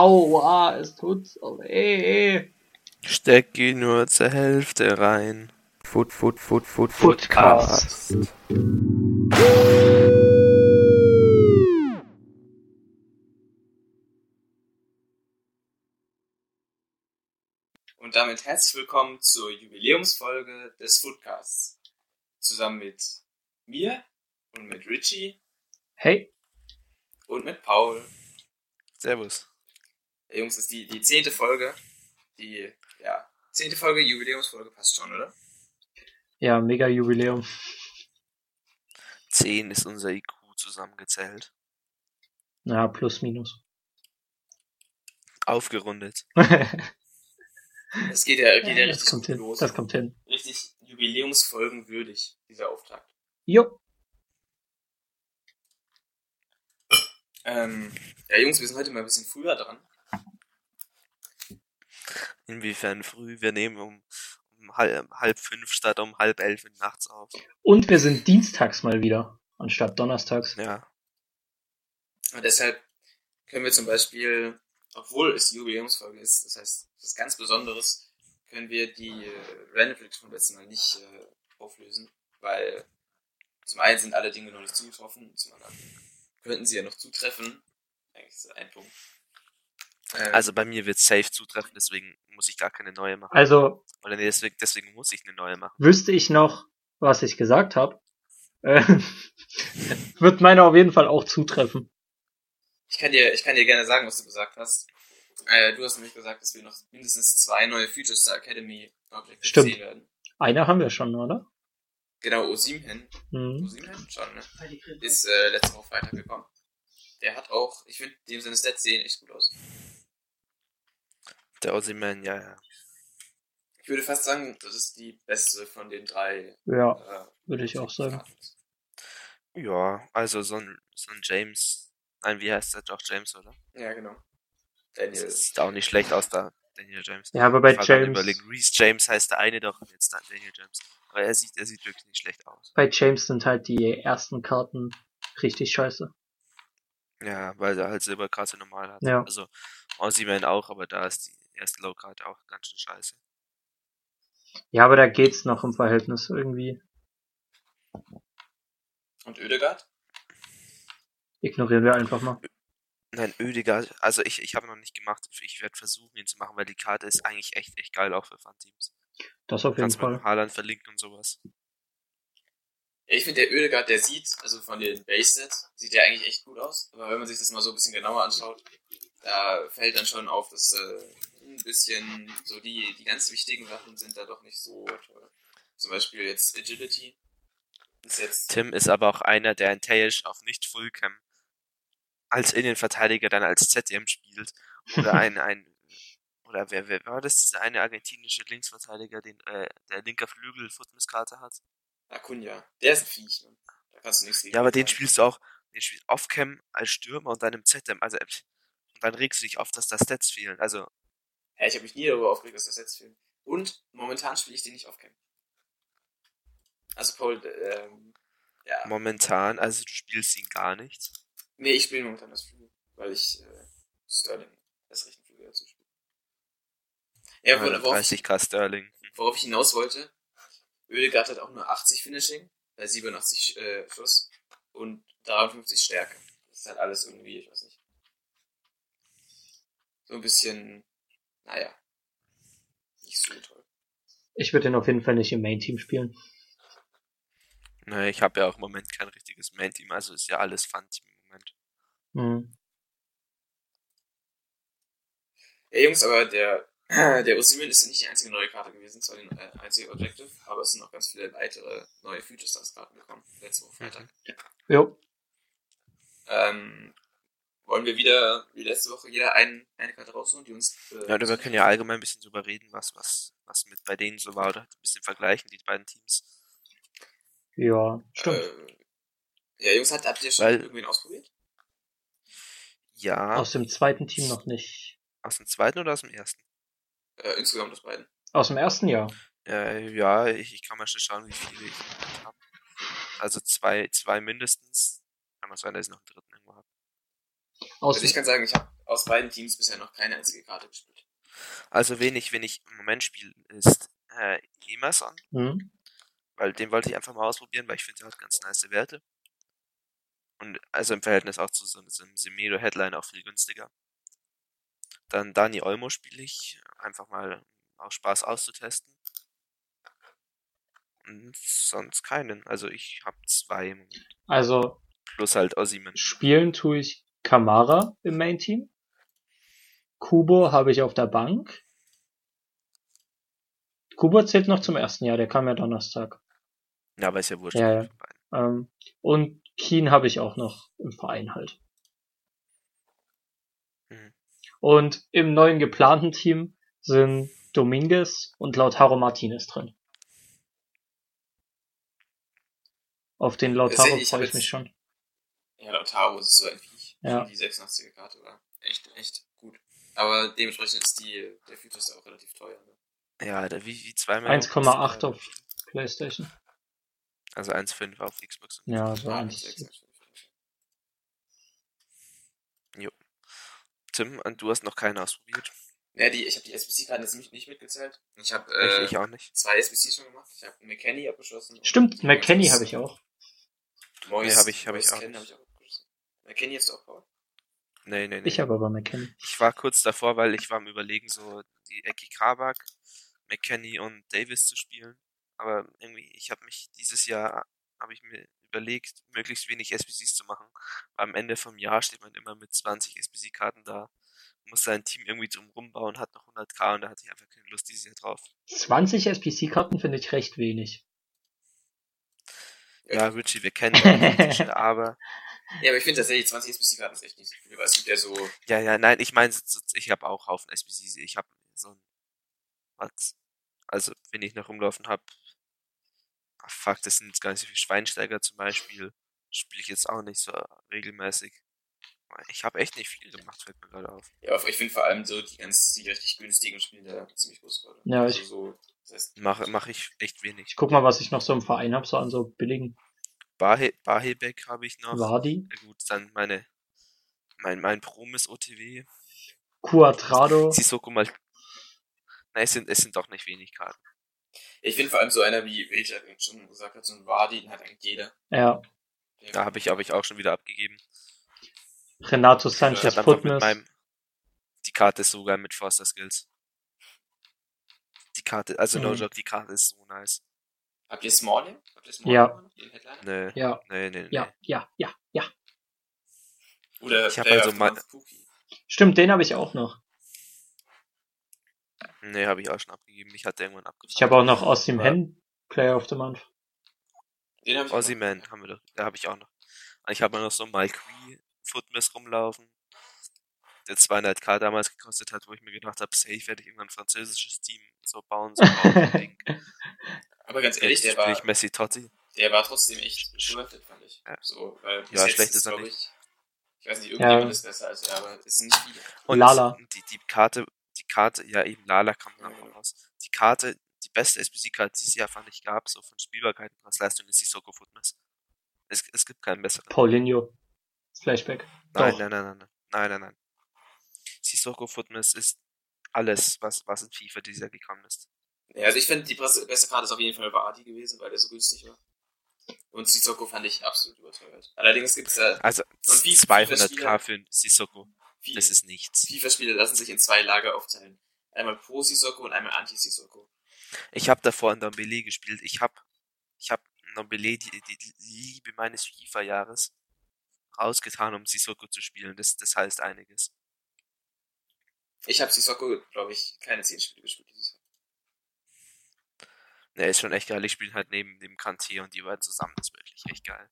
Aua, es tut's. Oh, eh, eh. Steck ihn nur zur Hälfte rein. Foot, Foot, Foot, Foot, Footcast. Footcast. Und damit herzlich willkommen zur Jubiläumsfolge des Foodcasts. Zusammen mit mir und mit Richie Hey, und mit Paul. Servus. Äh, Jungs, das ist die, die zehnte Folge. Die, ja, zehnte Folge, Jubiläumsfolge passt schon, oder? ja, mega Jubiläum. 10 ist unser IQ zusammengezählt. Ja, plus minus. Aufgerundet. Das geht ja, geht ja, das richtig kommt gut hin. los. Das kommt hin. richtig Jubiläumsfolgen würdig, dieser Auftrag. Jo. Ähm, ja, Jungs, wir sind heute mal ein bisschen früher dran. Inwiefern früh? Wir nehmen um, um halb, halb fünf statt um halb elf nachts auf. Und wir sind dienstags mal wieder, anstatt donnerstags. Ja. Und deshalb können wir zum Beispiel, obwohl es die Jubiläumsfolge ist, das heißt, es ist ganz Besonderes, können wir die äh, Randomflix vom letzten Mal nicht äh, auflösen, weil zum einen sind alle Dinge noch nicht zugetroffen, zum anderen könnten sie ja noch zutreffen. Eigentlich ist das ein Punkt. Ähm, Also bei mir wird safe zutreffen, deswegen muss ich gar keine neue machen. Also Oder nee, deswegen, deswegen muss ich eine neue machen. wüsste ich noch, was ich gesagt habe, äh, wird meine auf jeden Fall auch zutreffen. Ich kann dir, ich kann dir gerne sagen, was du gesagt hast. Äh, du hast nämlich gesagt, dass wir noch mindestens zwei neue Features der Academy Objectives Stimmt. sehen werden. Eine haben wir schon, oder? Genau, Osimhen. Mhm. Osimhen schon, ne? Ist äh, letzte Woche Freitag gekommen. Der hat auch, ich finde, dem seine Stats sehen echt gut aus. Der Ossiman, ja, ja. Ich würde fast sagen, das ist die beste von den drei. Ja, Äh, würde ich auch sagen. Ja, also so ein, so ein James. Nein, wie heißt der? Doch James, oder? Ja, genau. Das Daniel. sieht auch nicht schlecht aus, da. Daniel James. Ja, aber bei Ich war gerade James, halt Überlegen. Reese James heißt der eine doch und jetzt dann Daniel James. Aber er sieht, er sieht wirklich nicht schlecht aus. bei James sind halt die ersten Karten richtig scheiße. Ja, weil er halt Silberkarte normal hat. Ja. Also Ossiman auch, aber da ist die erste Low-Karte auch ganz schön scheiße. Ja, aber da geht's noch im Verhältnis irgendwie. Und Ödegaard? Ignorieren wir einfach mal. Nein, Ödiger, also ich, ich habe noch nicht gemacht. Ich werde versuchen, ihn zu machen, weil die Karte ist eigentlich echt, echt geil, auch für Fun-Teams. Das auf jeden Kannst mit Fall. dem Haaland verlinken und sowas. Ja, ich finde, der Ödegaard, der sieht, also von den Base-Sets, sieht der eigentlich echt gut aus. Aber wenn man sich das mal so ein bisschen genauer anschaut, da fällt dann schon auf, dass äh, ein bisschen so die, die ganz wichtigen Sachen sind da doch nicht so toll. Zum Beispiel jetzt Agility. Ist jetzt, Tim ist aber auch einer, der in Tayish auf nicht Fullcam als Innenverteidiger dann als ZM spielt. Oder ein, ein oder wer, wer war das? Dieser eine argentinische Linksverteidiger, den, äh, der linker Flügel Footmisskarte hat. Acuna, der ist ein Viech, ne? Da kannst du nichts gegen Ja, aber den sagen. spielst du auch, den spielst du off-cam als Stürmer und dann im ZM. Also, äh, und dann regst du dich auf, dass da Stats fehlen. Also, Ja, ich habe mich nie darüber aufgeregt, dass das jetzt fehlt. Und momentan spiele ich den nicht auf Camp. Also Paul, ähm, ja. momentan, also du spielst ihn gar nicht. Nee, ich spiele momentan das Flügel, weil ich äh, Sterling als rechten Flügel dazu spiele. Ja, Ja, wor- worauf, 30k Äh, Sterling. worauf ich hinaus wollte, Ödegaard hat auch nur 80 Finishing, bei 87 äh, Schuss und 53 Stärke. Das ist halt alles irgendwie, ich weiß nicht. So ein bisschen, naja, nicht so toll. Ich würde den auf jeden Fall nicht im Main-Team spielen. Naja, Ne, ich habe ja auch im Moment kein richtiges Man-Team, also ist ja alles Fun-Team im Moment. Mhm. Ja, Jungs, aber der, der Osimhen ist ja nicht die einzige neue Karte gewesen, zwar den äh, einzige Objective, aber es sind noch ganz viele weitere neue Future Stars Karten gekommen, letzte Woche Freitag. Mhm. Jo, Ähm, wollen wir wieder, wie letzte Woche, jeder einen, eine Karte raussuchen, die uns. Äh, Ja, darüber können ja allgemein ein bisschen drüber reden, was, was, was mit bei denen so war, oder? Ein bisschen vergleichen, die beiden Teams. ja, stimmt. Äh, ja, Jungs, habt, habt ihr schon Weil- irgendwen ausprobiert? Ja, aus, Aus dem zweiten Team noch nicht. dem zweiten oder aus dem ersten? Äh, insgesamt aus beiden. Aus dem ersten Jahr. Äh, ja, ich, ich kann mal schnell schauen, wie viele ich habe. Also zwei, zwei mindestens. Kann man sein, dass ich noch einen dritten irgendwo habe. Aus Also ich dem, kann sagen, ich habe aus beiden Teams bisher noch keine einzige Karte gespielt. Also wen ich, wen ich im Moment spiele, ist äh, Emerson, Mhm. weil den wollte ich einfach mal ausprobieren, weil ich finde, der hat ganz nice Werte. Und also im Verhältnis auch zu so, so einem Semedo Headline auch viel günstiger. Dann Dani Olmo spiele ich, einfach mal um aus Spaß auszutesten. Und sonst keinen. Also ich habe zwei im Moment. Also plus halt Ossiman. spielen tue ich Kamara im Main Team. Kubo habe ich auf der Bank. Kubo zählt noch zum ersten Jahr, der kam ja Donnerstag. Ja, aber ist ja wurscht. Ja, ja. Ähm, und Keen habe ich auch noch im Verein halt. Hm. Mhm. Und im neuen geplanten Team sind Dominguez und Lautaro Martinez drin. Auf den Lautaro ich freue hab ich mich jetzt- schon. Ja, Lautaro ist so ein Viech. Ja. Die 86er Karte war echt, echt gut. Aber dementsprechend ist die, der Future ist auch relativ teuer. Ne? Ja, da wie, wie zweimal. 1,8 auf PlayStation. Also 1,5 auf Xbox. Ja, so Ah, eins. 6,5. Tim, und du hast noch keinen ausprobiert. Ja, die, ich habe die SBC-Karten jetzt nicht, nicht mitgezählt. Ich habe Ich- äh, ich auch nicht. zwei SBCs schon gemacht. Ich habe McKenny abgeschlossen. Stimmt, McKenny habe ich auch. Mois, Nee, hab ich- hab ich Mois auch Ken hab nicht. ich auch abgeschlossen. McKenny hast du auch Paul? Nee, nee, nee. Ich habe aber McKenny. Ich war kurz davor, weil ich war am überlegen, so die Eki Kabak, McKenny und Davis zu spielen. Aber irgendwie, ich habe mich dieses Jahr, habe ich mir überlegt, möglichst wenig SBCs zu machen. Am Ende vom Jahr steht man immer mit 20 SBC-Karten da, muss sein Team irgendwie drum rumbauen, hat noch 100k und da hatte ich einfach keine Lust dieses Jahr drauf. 20 SPC-Karten finde ich recht wenig. Ja, Richie, wir kennen deine Fetische, aber Ja, aber ich finde tatsächlich 20 SBC-Karten ist echt nicht so viel, weil es gibt ja so. Ja, ja, nein, ich meine, ich habe auch Haufen SBCs. Ich habe so ein. Was? Also, wenn ich noch rumlaufen habe. Ach, fuck, das sind jetzt gar nicht so viele Schweinsteiger zum Beispiel. Spiele ich jetzt auch nicht so regelmäßig. Ich habe echt nicht viel gemacht, fällt mir gerade auf. Ja, aber ich finde vor allem so die ganz, die richtig günstigen Spiele da ziemlich große Rolle. Ja, also ich- so, das heißt, Mache mach ich echt wenig. Ich guck mal, was ich noch so im Verein habe, so an so billigen Barhe Barhebeck habe ich noch. Wadi. Na gut, dann meine. Mein, mein Promis OTW. Quadrado. Sissoko mal. Nein, es sind, es sind doch nicht wenig Karten. ich finde vor allem so einer wie Wilcher schon gesagt hat, so ein Wadi, den hat eigentlich jeder. Ja, Der- Da habe ich, hab ich auch schon wieder abgegeben. Renato Ich hab Sanchez dann noch mit Putnes. meinem. Die Karte ist so geil mit Forster Skills. Die Karte, also no Mhm. joke, die Karte ist so nice. Habt ihr Smalling? Habt ihr Smalling? Ja. gemacht, Den Headliner? Nö, Ja, nö, nö, nö. ja, ja, ja, ja. Oder Ich hab Player also of the mal- Month Pookie. Stimmt, den habe ich auch noch. Nee, habe ne, ich auch schon abgegeben. Ich hatte irgendwann abgefangen. Ich habe auch noch aus dem Ja. Hen Player of the Month. Den hab ich Aussie gemacht. Man haben wir doch. Da habe ich auch noch. Und ich habe noch so Mike Wee Footmiss rumlaufen. Der 200k damals gekostet hat, wo ich mir gedacht habe, safe werde ich irgendwann ein französisches Team so bauen, so bauen, so ein Ding. Aber ganz ehrlich, Jetzt der spiele war, ich Messi Totti. der war trotzdem echt Sch- bewertet, fand ich. Ja. So, weil bis Ja, jetzt schlecht ist, ist er glaub nicht. Ich, ich weiß nicht, irgendjemand ist besser als er, aber es sind nicht viele. Und Lala. Die, die Karte, die Karte, ja eben Lala kam dann Ja. auch raus. Die Karte, die beste SBC-Karte, die es ja fand ich gab, so von Spielbarkeit und Leistung ist die Soko Footmas. Es, es gibt keinen besseren. Paulinho. Flashback. Nein, Doch. nein, nein, nein, nein, nein, nein, nein. Sissoko Footmas ist alles, was, was in FIFA dieses Jahr gekommen ist. Ja, also ich finde, die beste, beste Karte ist auf jeden Fall Wadi gewesen, weil der so günstig war. Und Sissoko fand ich absolut überteuert. Allerdings gibt's da Also Und wie- wie 200k viele- für einen Sissoko, viele das ist nichts. FIFA-Spiele, lassen sich in zwei Lager aufteilen. Einmal pro Sissoko und einmal anti Sissoko. Ich habe davor in Dombele gespielt. Ich habe ich hab Dombele, die, die die Liebe meines FIFA-Jahres, rausgetan, um Sissoko zu spielen. Das, das heißt einiges. Ich habe Sissoko, glaube ich, keine 10 Spiele gespielt dieses Jahr. Ne, ist schon echt geil. Ich spiele halt neben, neben Kanté und die beiden zusammen. Das ist wirklich echt geil.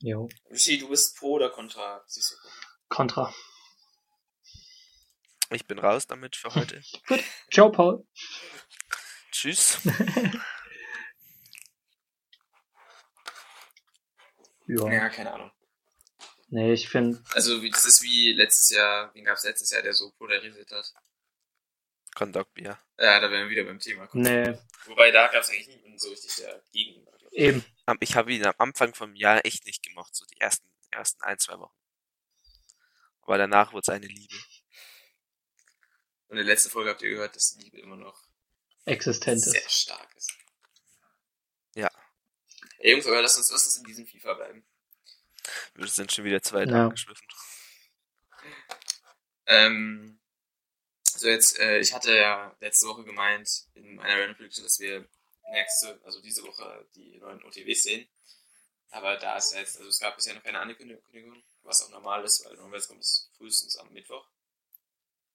Jo. Rishi, du bist pro oder contra Sissoko? Contra. Ich bin raus damit für heute. Ciao, Paul. Tschüss. Ja. Ja, keine Ahnung. Nee, ich finde, Also wie, das ist wie letztes Jahr, wen gab's letztes Jahr, der so polarisiert hat? Kondogbia. Ja, da wären wir wieder beim Thema. nee, Wobei da gab's eigentlich niemanden so richtig, der gegen ihn war. glaub ich. eben. Am- Ich habe ihn am Anfang vom Jahr echt nicht gemocht. So die ersten, ersten ein, zwei Wochen. Aber danach wurde es eine Liebe. Und in der letzten Folge habt ihr gehört, dass die Liebe immer noch existent sehr ist. stark ist. Ja. Ey, Jungs, aber lasst uns, lasst uns in diesem FIFA bleiben. Wir sind schon wieder zu weit Ja. abgeschwiffen. Ähm, so jetzt, äh, ich hatte ja letzte Woche gemeint in meiner Random Prediction, dass wir nächste, also diese Woche die neuen OTWs sehen. Aber da ist ja jetzt, also es gab bisher noch keine Ankündigung, was auch normal ist, weil normalerweise kommt es frühestens am Mittwoch,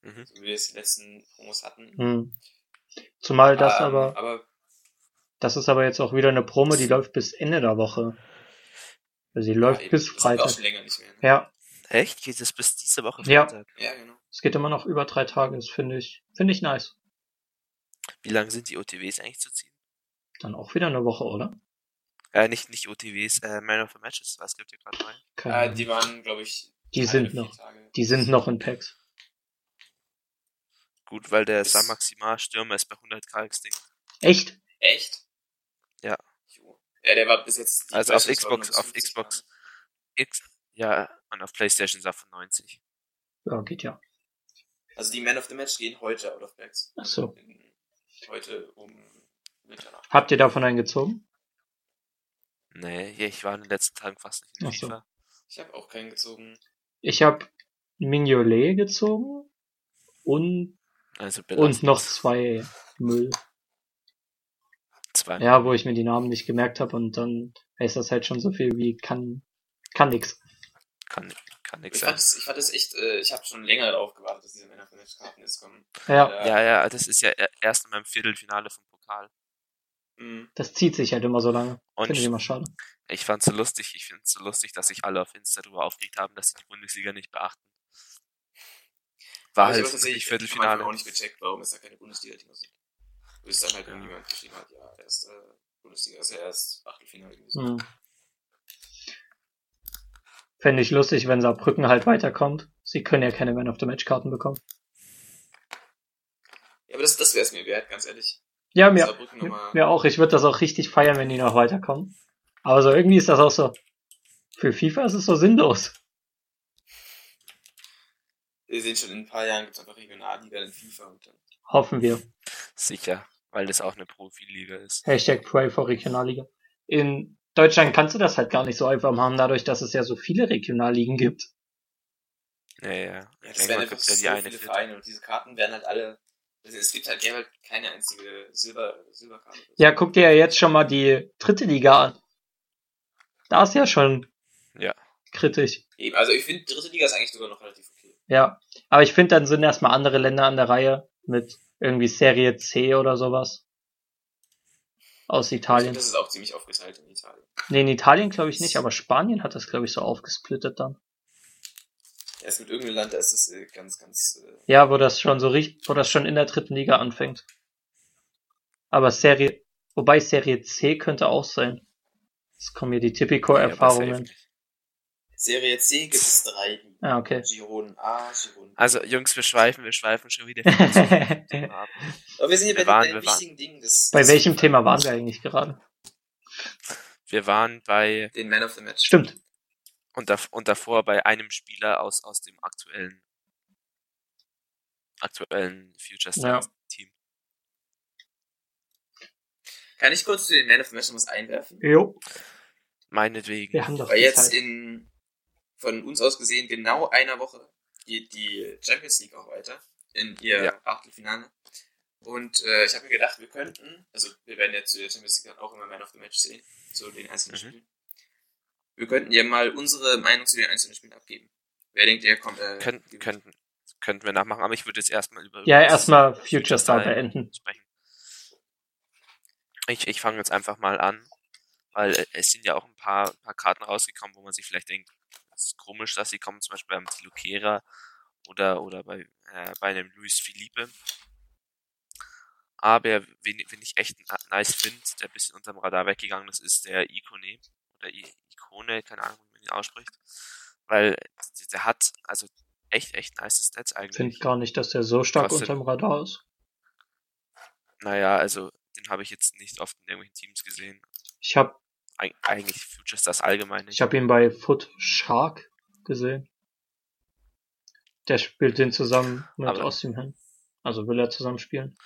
Mhm. so wie wir es die letzten Promos hatten. Hm. Zumal das Ähm, aber, Aber das ist aber jetzt auch wieder eine Promo, die läuft bis Ende der Woche. Also die läuft ja, eben, bis das hatten wir auch Freitag. schon länger nicht mehr. Ne? Ja, Echt? Geht es bis diese Woche Ja. Freitag? Ja, genau. es geht immer noch über drei Tage, das finde ich, finde ich nice. Wie lang sind die OTWs eigentlich zu ziehen? Dann auch wieder eine Woche, oder? Äh, nicht, nicht OTWs, äh, Man of the Matches, was gibt ihr gerade neu? Keine Äh, Ahnung. die waren, glaube ich, Die drei sind oder vier noch. Tage. Die sind noch in Packs. Gut, weil der Das- Sam Maximal Stürmer ist bei 100k extinct. Echt? Echt? Ja. Jo. Ja, der war bis jetzt. die Also auf Leistungsverordnung Xbox, bis auf 50 Xbox. X, ja, und auf PlayStation ist er von 90. Ja, geht ja. waren. Also die Man of the Match gehen heute out of Packs. Ach so. In- Heute um Mitternacht. Habt ihr davon einen gezogen? Nee, ja, ich war in den letzten Tagen fast nicht in Ach so. FIFA. Ich habe auch keinen gezogen. Ich habe Mignolet gezogen und, Also und belastend. noch zwei Müll. zwei. Ja, wo ich mir die Namen nicht gemerkt habe und dann heißt das halt schon so viel wie kann kann nix. Kann, kann nix Ich sein. fand, es, ich fand es echt, äh, ich habe schon länger darauf gewartet, dass diese Man of the Match Karten jetzt kommen. Äh, Ja, Ja, ja, das ist ja e- erst in meinem Viertelfinale vom Pokal. Mhm. das zieht sich halt immer so lange. Und Finde ich immer schade. ich fand's so lustig, ich find's so lustig, dass sich alle auf Insta drüber aufgeregt haben, dass sie die Bundesliga nicht beachten. War Aber Also ich halt wirklich hab am Anfang auch Viertelfinale. nicht gecheckt, warum es da keine Bundesliga-Team sind. Wo es dann halt irgendjemand geschrieben hat, ja, erst äh, Bundesliga ist ja erst Achtelfinale gewesen. Hm. Fände ich lustig, wenn Saarbrücken halt weiterkommt. Sie können ja keine Man of the Match Karten bekommen. Ja, aber das, das wäre es mir wert, ganz ehrlich. Ja, mir, Saarbrücken nochmal. mir auch. Ich würde das auch richtig feiern, wenn die noch weiterkommen. Aber so irgendwie ist das auch so. Für FIFA ist es so sinnlos. Wir sehen schon in ein paar Jahren gibt's einfach Regionalliga in FIFA und dann. Hoffen wir. Sicher, weil das auch eine Profiliga ist. Hashtag Pray for Regionalliga. In Deutschland kannst du das halt gar nicht so einfach machen, dadurch, dass es ja so viele Regionalligen gibt. Ja, ja. Ja, das wären Irgendwann einfach gibt's so ja die eine viele Vierte. Vereine und diese Karten werden halt alle. Also es gibt halt, gäbe halt keine einzige Silber, Silberkarte. Ja, guck dir ja jetzt schon mal die dritte Liga an. Da ist ja schon Ja. kritisch. Eben, also ich finde, dritte Liga ist eigentlich sogar noch relativ okay. Ja. Aber ich finde, dann sind erstmal andere Länder an der Reihe mit irgendwie Serie C oder sowas. Aus Ich finde, Italien. das ist auch ziemlich aufgeteilt in Italien. Nee, in Italien glaube ich nicht, aber Spanien hat das, glaube ich, so aufgesplittet dann. Ja, es gibt irgendein Land, da ist das äh, ganz, ganz. Äh, Ja, wo das schon so richtig, wo das schon in der dritten Liga anfängt. Aber Serie, wobei Serie C könnte auch sein. Jetzt kommen hier die Ja, aber Tipico-Erfahrungen. safe. Serie C gibt es drei Ligen. Ja, okay. Giron A, Giron B. Also, Jungs, wir schweifen, wir schweifen schon wieder. viel zu viel ab. Aber wir sind hier wir bei, waren- den, bei wir den waren- wichtigen Dingen des. Bei des welchem FIFA. Thema waren wir eigentlich gerade? wir waren bei Den Man of the Match. Stimmt. und, dav und davor bei einem Spieler aus, aus dem aktuellen aktuellen Future Stars Team. Kann ich kurz zu den Man of the Match noch was einwerfen? Jo, Meinetwegen. wir haben doch Weil die halt jetzt Zeit. in, von uns aus gesehen, genau einer Woche geht die Champions League auch weiter in ihr Ja. Achtelfinale. Und äh, ich habe mir gedacht, wir könnten, also wir werden ja zu der Champions League dann auch immer Man of the Match sehen, zu den einzelnen Mhm. Spielen. Wir könnten ja mal unsere Meinung zu den einzelnen Spielen abgeben. Wer denkt, ihr kommt. Äh, Könnt, gewinnt? könnten, könnten wir nachmachen, aber ich würde jetzt erstmal über Ja, über das erstmal Future Star Style beenden. sprechen. Ich, ich fange jetzt einfach mal an, weil äh, es sind ja auch ein paar, paar Karten rausgekommen, wo man sich vielleicht denkt, es ist komisch, dass sie kommen, zum Beispiel beim Tilukera oder, oder bei, äh, bei einem Luis Felipe. Aber wen, wen ich echt na- nice finde, der ein bisschen unterm Radar weggegangen ist, ist der Ikone. Oder I Ikone, keine Ahnung, wie man ihn ausspricht. Weil der hat also echt, echt nice Stats Ich finde eigentlich. gar nicht, dass der so stark Was denn? unterm Radar ist. Naja, also den habe ich jetzt nicht oft in irgendwelchen Teams gesehen. Ich habe Eig eigentlich Futures das allgemein ich nicht. hab ihn bei Foot Shark gesehen. Der spielt den zusammen mit Aber- Osimhen. Also will er zusammenspielen.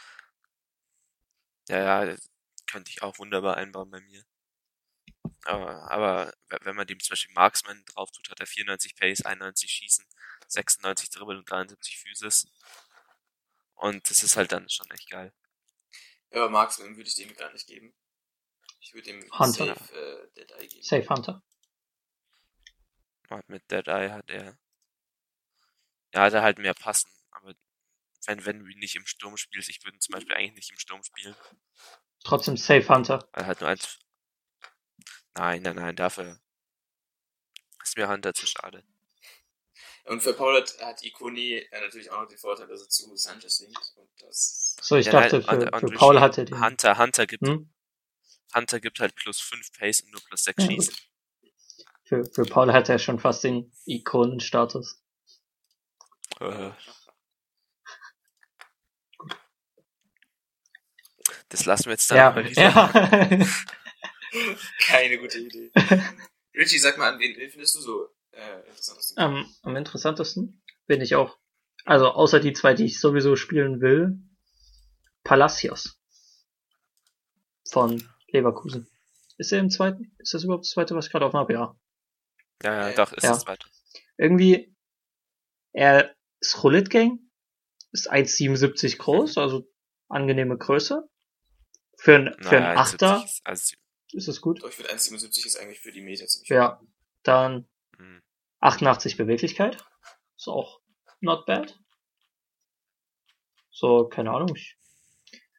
Ja, ja, das könnte ich auch wunderbar einbauen bei mir. Aber, aber wenn man dem zum Beispiel Marksman drauf tut, hat er 94 Pace, 91 Schießen, 96 Dribbel und 73 Physis. Und das ist halt dann schon echt geil. Ja, aber Marksman würde ich dem gar nicht geben. Ich würde dem Hunter. Safe äh, Dead Eye geben. Safe Hunter. Und Halt Mit Dead Eye hat er. Ja, hat er halt mehr passen. Aber wenn, wenn du ihn nicht im Sturm spielst, ich würde ihn zum Beispiel eigentlich nicht im Sturm spielen. Trotzdem Safe Hunter. Weil halt nur eins. Nein, nein, nein, dafür ist mir Hunter zu schade. Und für Paul hat, hat Ikoni äh, natürlich auch noch den Vorteil, dass er zu Sanchez liegt. Und das So, ich Ja, dachte, nein, und- für, und für wir Paul spielen hat er den. Hunter, Hunter gibt, Hm? Hunter gibt halt plus 5 Pace und nur plus 6 Ja, Schießen. Für, für Paul hat er schon fast den Ikonenstatus. Äh. Das lassen wir jetzt dann Ja, mal wieder. ja. keine gute Idee. Richie, sag mal, an wen wen findest du so äh, interessant? aus dem Team? Am, am interessantesten bin ich auch, also außer die zwei, die ich sowieso spielen will, Palacios von Leverkusen. Ist er im zweiten? Ist das überhaupt das zweite, was ich gerade offen habe? Ja. Ja, ja, Ja, doch, ist ja. das zweite. Irgendwie, er ist Roulette Gang, ist 1,77 groß, also angenehme Größe. Für, ein, für einen Naja, 71 Achter ist- Also, ist es gut. Doch, ich würde 1,77 ist eigentlich für die Meter ziemlich gut. Ja, dann hm, 88 Beweglichkeit. Ist auch not bad. So, keine Ahnung. Ich,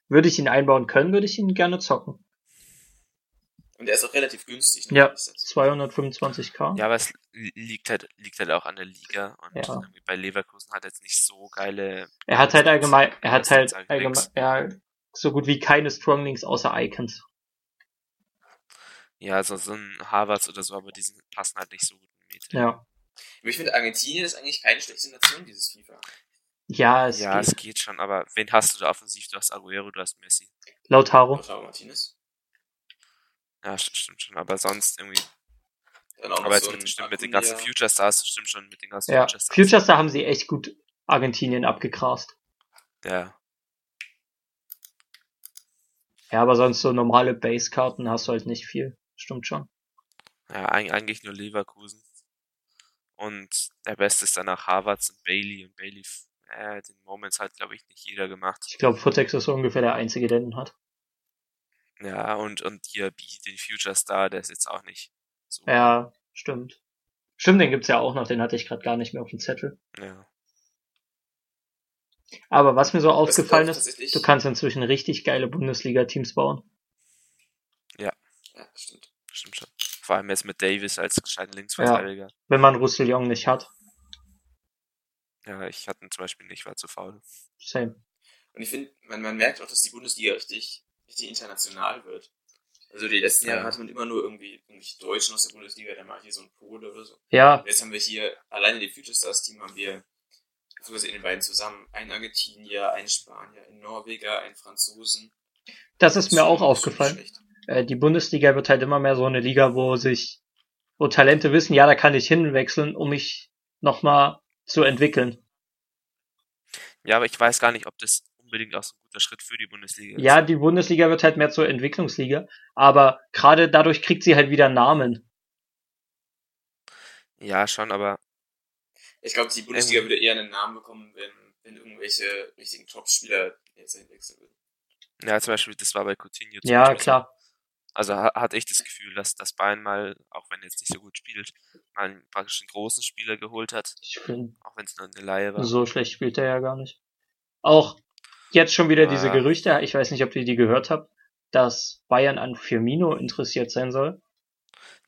würde ich ihn einbauen können, würde ich ihn gerne zocken. Und er ist auch relativ günstig. Ja. Ist das- 225k. ja, aber es li- liegt halt, liegt halt auch an der Liga. Und Ja. irgendwie bei Leverkusen hat er jetzt nicht so geile. Er hat halt allgemein, er hat Das halt ist halt allgemein, nix. ja, so gut wie keine Stronglings außer Icons. Ja, so, so ein Harvards oder so, aber die sind, passen halt nicht so gut in Meter. Ja. Ich finde, Argentinien ist eigentlich keine schlechte Nation, dieses FIFA. Ja, es Ja, geht. es geht schon, aber wen hast du da offensiv? Du hast Aguero, du hast Messi. Lautaro. Lautaro Martinez. Ja, st- stimmt schon, aber sonst irgendwie. Dann auch noch Aber jetzt so mit, ein stimmt, mit den Acuna. ganzen Future Stars, stimmt schon, mit den ganzen Ja. Future Stars. Futures, da haben sie echt gut Argentinien abgegrast. Ja. Ja, aber sonst so normale Base-Karten hast du halt nicht viel. Stimmt schon. ja, eig- eigentlich nur Leverkusen. Und der Beste ist danach Harvards und Bailey. Und Bailey, f- äh, den Moments hat, glaube ich, nicht jeder gemacht. Ich glaube, Futex ist so ungefähr der einzige, der den hat. Ja, und, und hier B, den Future Star, der ist jetzt auch nicht so. Ja, stimmt. Stimmt, den gibt's ja auch noch, den hatte ich gerade gar nicht mehr auf dem Zettel. Ja. Aber was mir so Das sind aufgefallen auch ist, tatsächlich- du kannst inzwischen richtig geile Bundesliga-Teams bauen. Ja, stimmt. Stimmt schon. Vor allem jetzt mit Davis als gescheiten Linksverteidiger. Wenn man Roussillon nicht hat. Ja. Äh, ich hatte ihn zum Beispiel nicht, war zu faul. Same. Und ich finde, man, man merkt auch, dass die Bundesliga richtig, richtig international wird. Also die letzten Jahre Ja. hatte man immer nur irgendwie irgendwelche Deutschen aus der Bundesliga, dann mal hier so ein Pole oder so. Ja, Und jetzt haben wir hier, alleine die Future Stars Team haben wir, sogar in den beiden zusammen, einen Argentinier, einen Spanier, einen Norweger, einen Franzosen. das ist mir auch nicht aufgefallen. schlecht. Äh, die Bundesliga wird halt immer mehr so eine Liga, wo sich, wo Talente wissen, ja, da kann ich hinwechseln, um mich nochmal zu entwickeln. Ja, aber ich weiß gar nicht, ob das unbedingt auch so ein guter Schritt für die Bundesliga ist. Ja, die Bundesliga wird halt mehr zur Entwicklungsliga, aber gerade dadurch kriegt sie halt wieder Namen. Ja, schon, aber Ich glaube, die Bundesliga würde eher einen Namen bekommen, wenn, wenn irgendwelche richtigen Top-Spieler jetzt hinwechseln würden. ja, zum Beispiel, das war bei Coutinho zum Ja, Beispiel so. klar. Also ha hatte ich das Gefühl, dass das Bayern mal, auch wenn er jetzt nicht so gut spielt, mal einen praktisch einen großen Spieler geholt hat, Ich finde, auch wenn es nur eine Laie war. So schlecht spielt er ja gar nicht. Auch jetzt schon wieder diese Ah. Gerüchte, ich weiß nicht, ob ihr die gehört habt, dass Bayern an Firmino interessiert sein soll.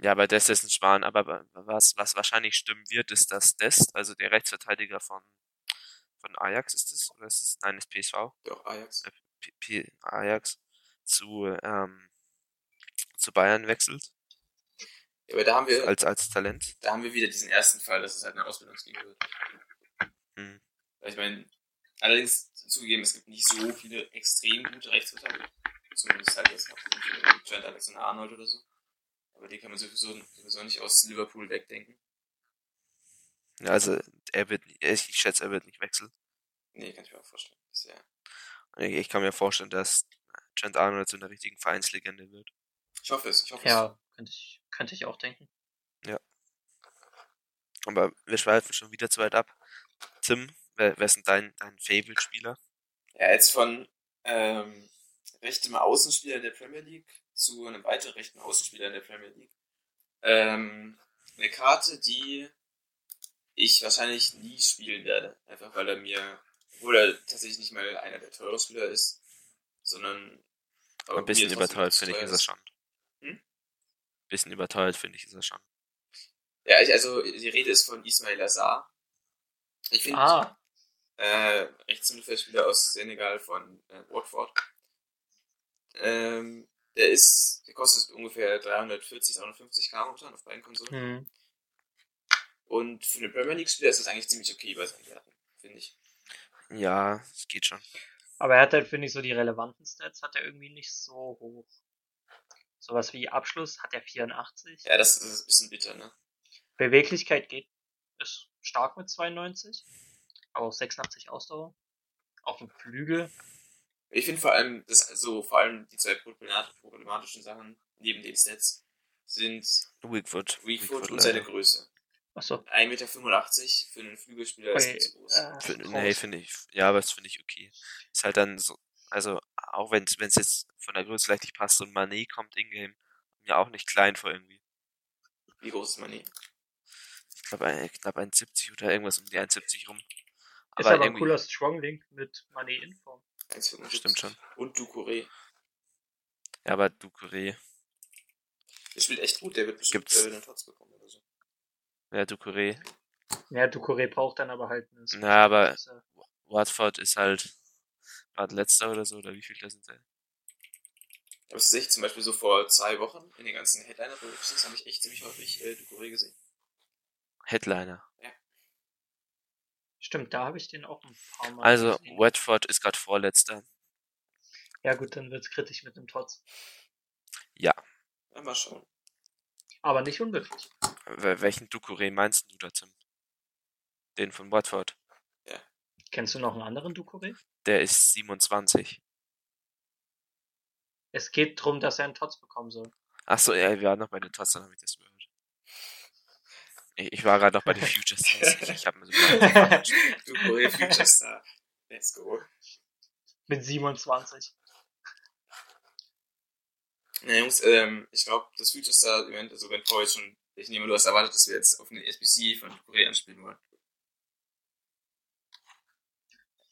Ja, aber das ist ein Schwan. Aber wa- was, was wahrscheinlich stimmen wird, ist, dass Dest, also der Rechtsverteidiger von, von Ajax ist es, oder ist es, nein, ist PSV, Doch, Ajax. P P Ajax, zu, ähm, zu Bayern wechselt, Ja, aber da haben wir, als, als Talent. da haben wir wieder diesen ersten Fall, dass es halt eine Ausbildungsliga wird. Hm. Weil Ich meine, allerdings zugegeben, es gibt nicht so viele extrem gute Rechtsverteidiger. Zumindest halt jetzt noch so Trent Alexander-Arnold oder so. Aber die kann man sowieso, sowieso nicht aus Liverpool wegdenken. Ja, also, er wird, ich, ich schätze, er wird nicht wechseln. Nee, kann ich mir auch vorstellen. Ist ja Ich, ich kann mir vorstellen, dass Trent Arnold zu einer richtigen Vereinslegende wird. Ich hoffe es, ich hoffe es. Ja, könnte ich, könnte ich auch denken. Aber wir schweifen schon wieder zu weit ab. Tim, wer, wer ist denn dein, dein Favorite-Spieler? Ja, jetzt von ähm, rechtem Außenspieler in der Premier League zu einem weiteren rechten Außenspieler in der Premier League. Ähm, eine Karte, die ich wahrscheinlich nie spielen werde. Einfach weil er mir, obwohl er tatsächlich nicht mal einer der teuren Spieler ist, sondern aber Ein bisschen Äh, mir trotzdem überteuert, zu finde ich, ist teuer er schon. Hm? bisschen überteuert, finde ich, ist er schon. Ja, ich, also die Rede ist von Ismail Azar. Ich finde, Ah, äh, Rechtsmittelfeldspieler aus Senegal von äh, Watford. Ähm, der ist, der kostet ungefähr 340, 350 k momentan auf beiden Konsolen. hm. Und für einen Premier League-Spieler ist das eigentlich ziemlich okay bei seinen Werten, finde ich. Ja, es geht schon. Aber er hat halt, finde ich, so die relevanten Stats hat er irgendwie nicht so hoch. Sowas wie Abschluss hat er 84. Ja, das, das ist ein bisschen bitter, ne? Beweglichkeit geht, ist stark mit 92. Aber auch 86 Ausdauer. Auf dem Flügel. Ich finde vor allem, das, also vor allem die zwei problemat- problematischen Sachen neben den Sets sind Weakwood. Weakfoot und leider. seine Größe. Achso. 1,85 Meter für einen Flügelspieler ist Okay, viel zu groß. äh, Für, raus. nee, finde ich, ja, aber das finde ich okay. Ist halt dann so, also auch wenn es jetzt von der Größe vielleicht nicht passt und Mané kommt Ingame, ja auch nicht klein vor irgendwie. Wie groß ist Mané? Ich glaube ein, knapp 1,70 oder irgendwas um die 1,70 rum. ist aber ein irgendwie- cooler Strong Link mit Money Inform. 1,75. Stimmt schon. Und Ducouré. Ja, aber Ducouré, Der spielt echt gut, der wird bestimmt Gibt's- äh, einen Trotz bekommen oder so. ja, Ducouré. Ja, Ducouré braucht dann aber halt eine Na, aber Spitze. Watford ist halt gerade letzter oder so, oder wie viel da sind sie? Aber es ist echt zum Beispiel so vor zwei Wochen in den ganzen Headliner-Productions habe ich echt ziemlich häufig äh, Ducouré gesehen. Headliner. Stimmt, da habe ich den auch ein paar Mal. Also, gesehen. Watford ist gerade vorletzter. Ja gut, dann wird's kritisch mit dem Tots. Ja, mal schauen. Aber nicht unmöglich. Wel- Welchen Ducouré meinst du da, Tim? Den von Watford. Kennst du noch einen anderen Ducouré? Der ist 27. Es geht drum dass er einen Tots bekommen soll. Achso, ja, wir waren noch bei den Tots, dann habe ich das gehört. Ich, ich war gerade noch bei den Future Stars. Ich, ich habe mir so mal Ducouré, Future Star. Let's go. mit 27. Na Jungs, ähm, ich glaube, das Future Star-Event, also wenn vorher schon, ich nehme, du hast erwartet, dass wir jetzt auf eine SBC von Ducouré anspielen wollen.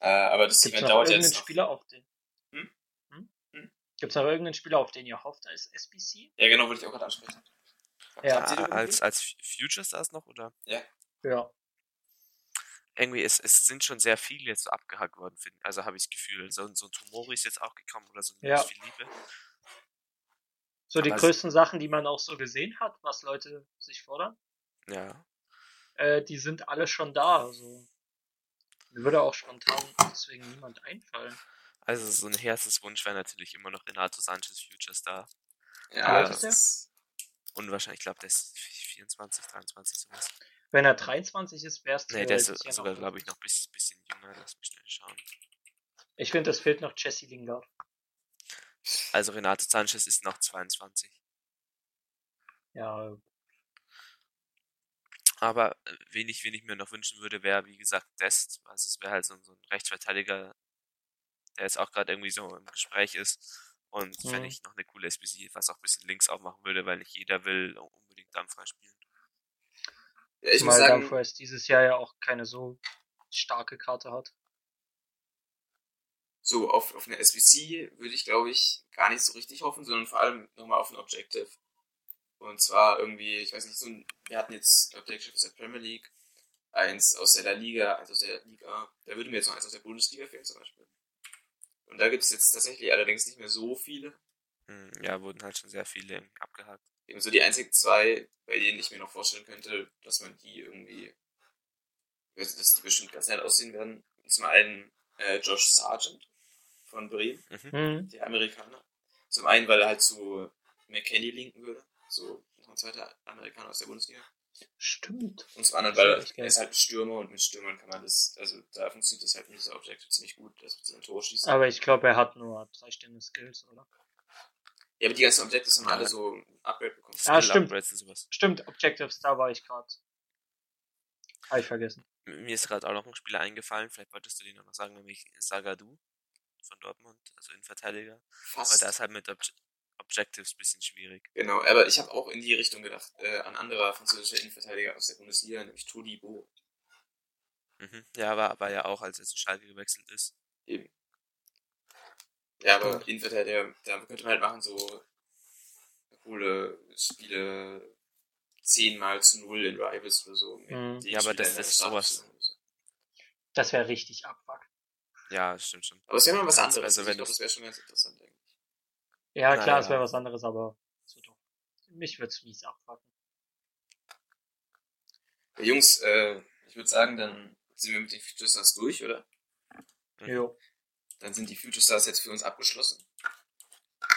Äh, aber das Gibt's Event noch dauert irgendeinen jetzt noch. Spieler auf den? Hm? Hm? Hm? Gibt's noch irgendeinen Spieler, auf den ihr hofft als SBC? Ja, genau, wollte ich auch gerade ansprechen. Ja. Habt ihr den als, als Future Stars noch, oder? Ja. Irgendwie, es, es sind schon sehr viele jetzt so abgehakt worden, finde ich. Also habe ich das Gefühl. So, so ein Tomori ist jetzt auch gekommen oder so ein Ja. Philippe. So die Aber es- größten Sachen, die man auch so gesehen hat, was Leute sich fordern, Ja. äh, die sind alle schon da. Also mir würde auch spontan deswegen niemand einfallen. Also so ein Herzenswunsch wäre natürlich immer noch Renato Sanchez Future Star. Wie Ja, alt das ist der? ist Und wahrscheinlich, ich glaube, der ist 24, 23 sowas. Wenn er 23 ist, wär's Nee, der ist theoretisch ja so- noch sogar, drin. glaube ich, noch ein bisschen, bisschen jünger. Lass mich schnell schauen. Ich finde, es fehlt noch Jesse Lingard. Also Renato Sanchez ist noch 22. Ja, Aber äh, wen ich, wen ich mir noch wünschen würde, wäre, wie gesagt, Dest. Also es wäre halt so, so ein Rechtsverteidiger, der jetzt auch gerade irgendwie so im Gespräch ist. Und wenn Mhm. fände ich noch eine coole SBC, was auch ein bisschen links aufmachen würde, weil nicht jeder will unbedingt dampfrei spielen. Ja, ich muss zumal sagen, Dumfries dieses Jahr ja auch keine so starke Karte hat. so auf, auf eine SBC würde ich, glaube ich, gar nicht so richtig hoffen, sondern vor allem nochmal auf ein Objective. Und zwar irgendwie, ich weiß nicht, so ein, wir hatten jetzt Objective aus der Premier League, eins aus der La Liga, eins aus der Liga, da würde mir jetzt noch eins aus der Bundesliga fehlen zum Beispiel. Und da gibt es jetzt tatsächlich allerdings nicht mehr so viele. Hm, Ja, wurden halt schon sehr viele irgendwie abgehakt. Eben so die einzigen zwei, bei denen ich mir noch vorstellen könnte, dass man die irgendwie, ich weiß nicht, dass die bestimmt ganz nett aussehen werden. Zum einen äh, Josh Sargent von Bremen. Hm. der Amerikaner. Zum einen, weil er halt zu McKenny linken würde, so noch ein zweiter Amerikaner aus der Bundesliga. Stimmt. Und zum anderen, Das weil ist echt er geil. ist halt ein Stürmer und mit Stürmern kann man das, also da funktioniert das halt mit dieser Objekte ziemlich gut, dass man ein Tor schießt. Aber ich glaube, er hat nur drei Sterne Skills, oder? Ja, aber die ganzen Objekte haben alle so ein Upgrade bekommen. Ah, stimmt. Upgrades und sowas. Stimmt, Objectives, da war ich gerade. Habe ich vergessen. M- Mir ist gerade auch noch ein Spieler eingefallen, vielleicht wolltest du den auch noch sagen, nämlich Sagadu von Dortmund, also Innenverteidiger. Aber Fast. da ist halt mit Obj Objectives ein bisschen schwierig. Genau, aber ich habe auch in die Richtung gedacht, äh, an anderer französischer Innenverteidiger aus der Bundesliga, nämlich Tudi Bo. Mhm. Ja, war, war ja auch, als er zu Schalke gewechselt ist. Ja, aber Innenverteidiger, da könnte man halt machen, so coole Spiele 10 mal zu 0 in Rivals oder so. mit Mhm. den Ja, aber Spielern das- in der das ist sowas. Strafzone oder so. Das wäre richtig abfuck. Ja, stimmt schon. Aber es wäre mal was Also, also anderes. Also, wenn ich das- glaube, das wäre schon ganz interessant. Eigentlich. Ja, Na klar, es ja. wäre was anderes, aber so doch. Mich würde es mies abfucken. Ja, Jungs, äh, ich würde sagen, dann sind wir mit den Future Stars durch, oder? Mhm. Jo, Dann sind die Future Stars jetzt für uns abgeschlossen.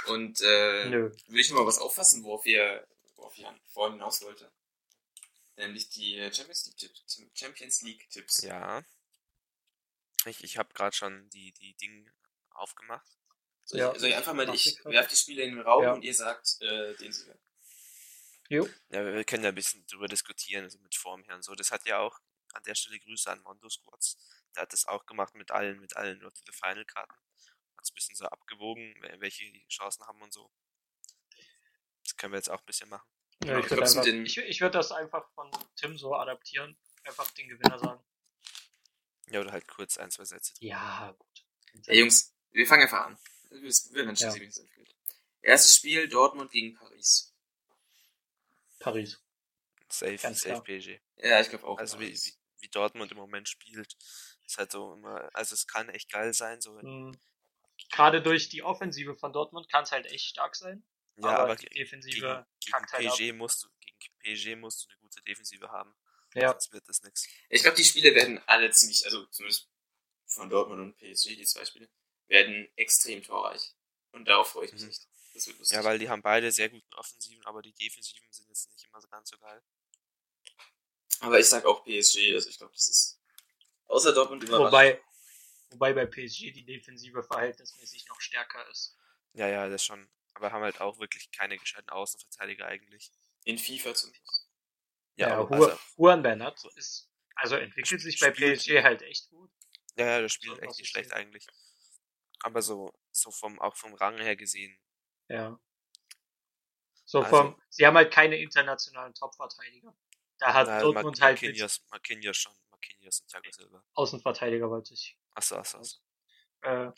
Und äh, nö. will ich nochmal was auffassen, worauf ihr, worauf ihr vorhin hinaus wollte. Nämlich die äh, Champions League Tipps. Champions League Tipps. Ja. Ich, ich habe gerade schon die, die Dinge aufgemacht. Soll, Ja. ich, soll ich einfach mal, die- Mach ich ich grad. werf die Spiele in den Raum Ja. und ihr sagt äh, den Sieger. Ja, wir wir können da ein bisschen drüber diskutieren, also mit Form her und so. Das hat ja auch an der Stelle Grüße an Mondo Squads. Der hat das auch gemacht mit allen, mit allen Road to the Final Karten. Hat es ein bisschen so abgewogen, wel- welche die Chancen haben und so. Das können wir jetzt auch ein bisschen machen. nö ich ich würde glaub, es einfach, sind den- ich, ich würd das einfach von Tim so adaptieren. Einfach den Gewinner sagen. Ja, oder halt kurz ein, zwei Sätze. Ja, gut. Ey, Jungs, wir fangen einfach an. Wir werden schon Ja. sehen, wie es entwickelt. Erstes Spiel Dortmund gegen Paris. Paris. Safe, Ganz safe klar. PG. Ja, ich glaube auch. Also wie, Paris. wie, wie Dortmund im Moment spielt, ist halt so immer, also es kann echt geil sein, so. Mhm. Gerade durch die Offensive von Dortmund kann es halt echt stark sein. Ja, aber, aber die ge- Defensive gegen kackt halt ab. PG musst du, gegen PG musst du eine gute Defensive haben. Ja, Sonst wird das nichts. Ich glaube, die Spiele werden alle ziemlich, also zumindest von Dortmund und PSG, die zwei Spiele, werden extrem torreich. Und darauf freue ich mich Mhm. nicht. Das wird lustig. Ja, weil die haben beide sehr guten Offensiven, aber die Defensiven sind jetzt nicht immer so ganz so geil. Aber ich sag auch PSG, also ich glaube, das ist außer Dortmund überrascht. wobei, wobei bei PSG die Defensive verhältnismäßig noch stärker ist. Ja, ja, das schon. Aber haben halt auch wirklich keine gescheiten Außenverteidiger eigentlich. in FIFA zum Ja, Ja, aber Hua- also, Juan Bernat ist, also entwickelt sich bei Spielt- PSG halt echt gut. ja, ja, das Spiel Sollte ist auch echt so nicht schlecht stehen. eigentlich. Aber so, so vom, auch vom Rang her gesehen. Ja. So Also- vom, sie haben halt keine internationalen Top-Verteidiger. Da hat na, Dortmund Mar- halt mit Marquinhos, Marquinhos schon. Marquinhos und Thiago Silva. Außenverteidiger wollte ich. Achso, achso, achso. Äh,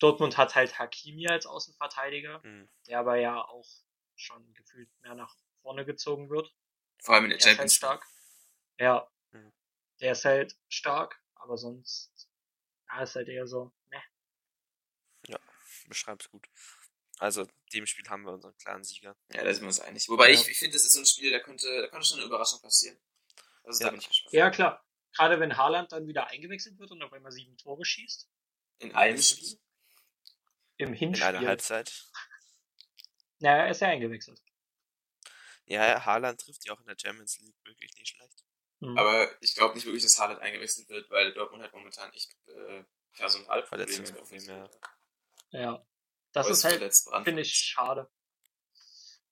Dortmund hat halt Hakimi als Außenverteidiger, Mhm. der aber ja auch schon gefühlt mehr nach vorne gezogen wird. Vor allem in der Der ist halt Champions League. stark. Ja. Mhm. Der ist halt stark, aber sonst ja, ist halt eher so, ne. Beschreib's gut. Also, dem Spiel haben wir unseren klaren Sieger. Ja, da sind wir uns einig. Wobei Ja. ich, ich finde, das ist so ein Spiel, da könnte, da könnte schon eine Überraschung passieren. Also Ja. da bin ich gespannt. Ja, klar. Gerade wenn Haaland dann wieder eingewechselt wird und auf einmal sieben Tore schießt. In einem Das- Spiel. In Im einer Hinspiel. Halbzeit. Naja, er ist ja eingewechselt. Ja, ja, Haaland trifft ja auch in der Champions League wirklich nicht schlecht. Mhm. Aber ich glaube nicht wirklich, dass Haaland eingewechselt wird, weil Dortmund hat momentan echt äh, Personalprobleme. Verletzungsprobleme, ja. ja. Das Reus ist halt, verletzt, Brand finde ich, schade.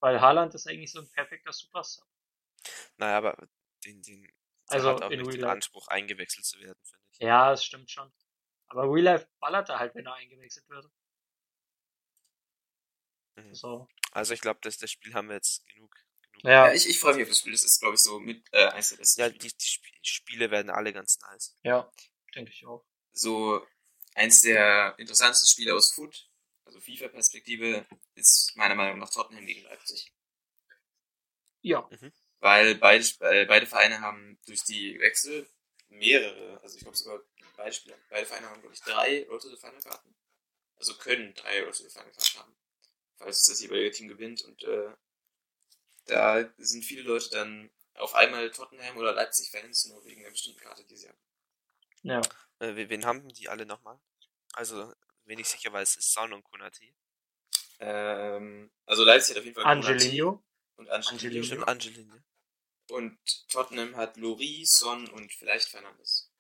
Weil Haaland ist eigentlich so ein perfekter Superstar. Naja, aber den, den, der Also hat halt auch in nicht Real den Life. Anspruch, eingewechselt zu werden, finde ich. Ja, das stimmt schon. Aber Real Life ballert er halt, wenn er eingewechselt wird. Mhm. So. Also ich glaube, das, das Spiel haben wir jetzt genug. genug. Ja, Ja, ich, ich freue mich auf das Spiel. Das ist, glaube ich, so mit äh, eins der besten Ja, Spiele. die, die Sp Spiele werden alle ganz nice. ja, denke ich auch. So eins der interessantesten Spiele aus Foot, also FIFA-Perspektive, ist meiner Meinung nach Tottenham gegen Leipzig. Ja, Weil beide, weil beide Vereine haben durch die Wechsel mehrere, also ich glaube sogar beide Spieler, beide Vereine haben, glaube ich, drei Road to the Final Karten. Also können drei Road to the Final Karten haben. Falls das jeweilige Team gewinnt und äh, da sind viele Leute dann auf einmal Tottenham oder Leipzig Fans, nur wegen einer bestimmten Karte, die sie haben. ja. Äh, we- wen haben die alle nochmal? Also, wenn ich sicher weiß, ist Son und Konati. Ähm, also Leipzig hat auf jeden Fall Konati Angelino. und Mhm. Angelino. Stimmt, Angelin, ja. Und Tottenham hat Loris, Son und vielleicht Fernandes.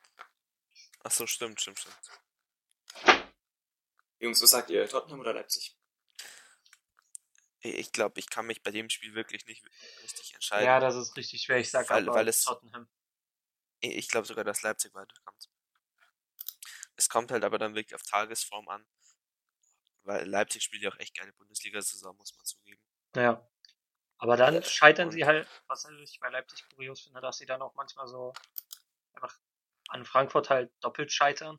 Ach so, stimmt, stimmt, stimmt. Jungs, was sagt ihr? Tottenham oder Leipzig? Ich- Ich glaube, ich kann mich bei dem Spiel wirklich nicht richtig entscheiden. Ja, das ist richtig schwer. Ich sag halt Weil- aber weil es- Tottenham. Ich- Ich glaube sogar, dass Leipzig weiterkommt. Es kommt halt aber dann wirklich auf Tagesform an. Weil Leipzig spielt ja auch echt geile Bundesliga-Saison, muss man zugeben. Naja. Aber dann Ja, scheitern und- sie halt, was ich bei Leipzig kurios finde, dass sie dann auch manchmal so einfach an Frankfurt halt doppelt scheitern.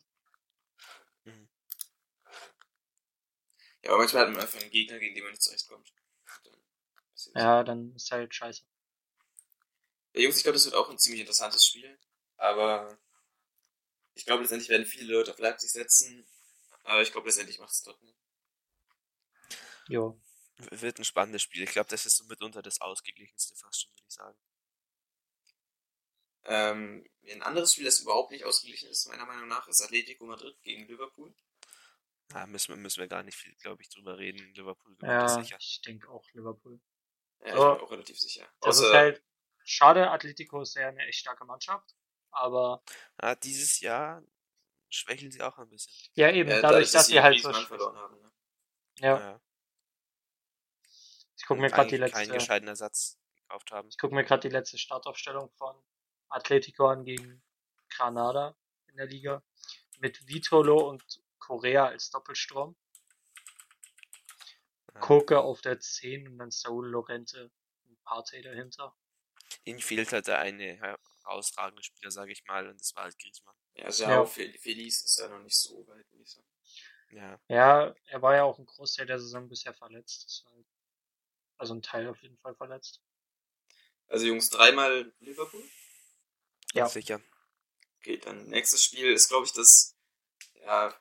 Ja, aber manchmal hat man einfach einen Gegner, gegen den man nicht zurechtkommt. Dann passiert das. Ja, dann ist halt scheiße. Ja, Jungs, ich glaube, das wird auch ein ziemlich interessantes Spiel. Aber ich glaube, letztendlich werden viele Leute auf Leipzig setzen. Aber ich glaube, letztendlich macht es Tottenham. Jo. W- Wird ein spannendes Spiel. Ich glaube, das ist so mitunter das ausgeglichenste fast schon, würde ich sagen. Ähm, ein anderes Spiel, das überhaupt nicht ausgeglichen ist, meiner Meinung nach, ist Atletico Madrid gegen Liverpool. Da Ah, müssen wir, müssen wir gar nicht viel, glaube ich, drüber reden. Liverpool gewinnt Also das sicher. Ja, ich denke auch Liverpool. Ja, ich Aber bin mir auch relativ sicher. Das Außer, Also, ist halt schade. Atletico ist ja eine echt starke Mannschaft. Aber Ah, dieses Jahr schwächeln sie auch ein bisschen. ja, eben, äh, dadurch, dass sie halt so. Griezmann verloren haben. Ne? Ja, Ja. ich gucke mir äh, Und gerade die eigentlich Keinen letzte. gescheiten Ersatz gekauft haben. Ich gucke mir gerade die letzte Startaufstellung von Atletico an gegen Granada in der Liga. Mit Vitolo und Korea als Doppelstrom. Ja. Koke auf der 10 und dann Saul Lorente und Partey dahinter. Ihnen fehlt halt der eine herausragende Spieler, sage ich mal, und das war halt Griezmann. Ja, Jao Fel- Feliz ist da noch nicht so weit, würde ich sagen. Ja, Ja, er war ja auch ein Großteil der Saison bisher verletzt. Deshalb. Also ein Teil auf jeden Fall verletzt. Also Jungs, dreimal Liverpool. Ja. sicher. Okay, dann nächstes Spiel ist, glaube ich, das, ja,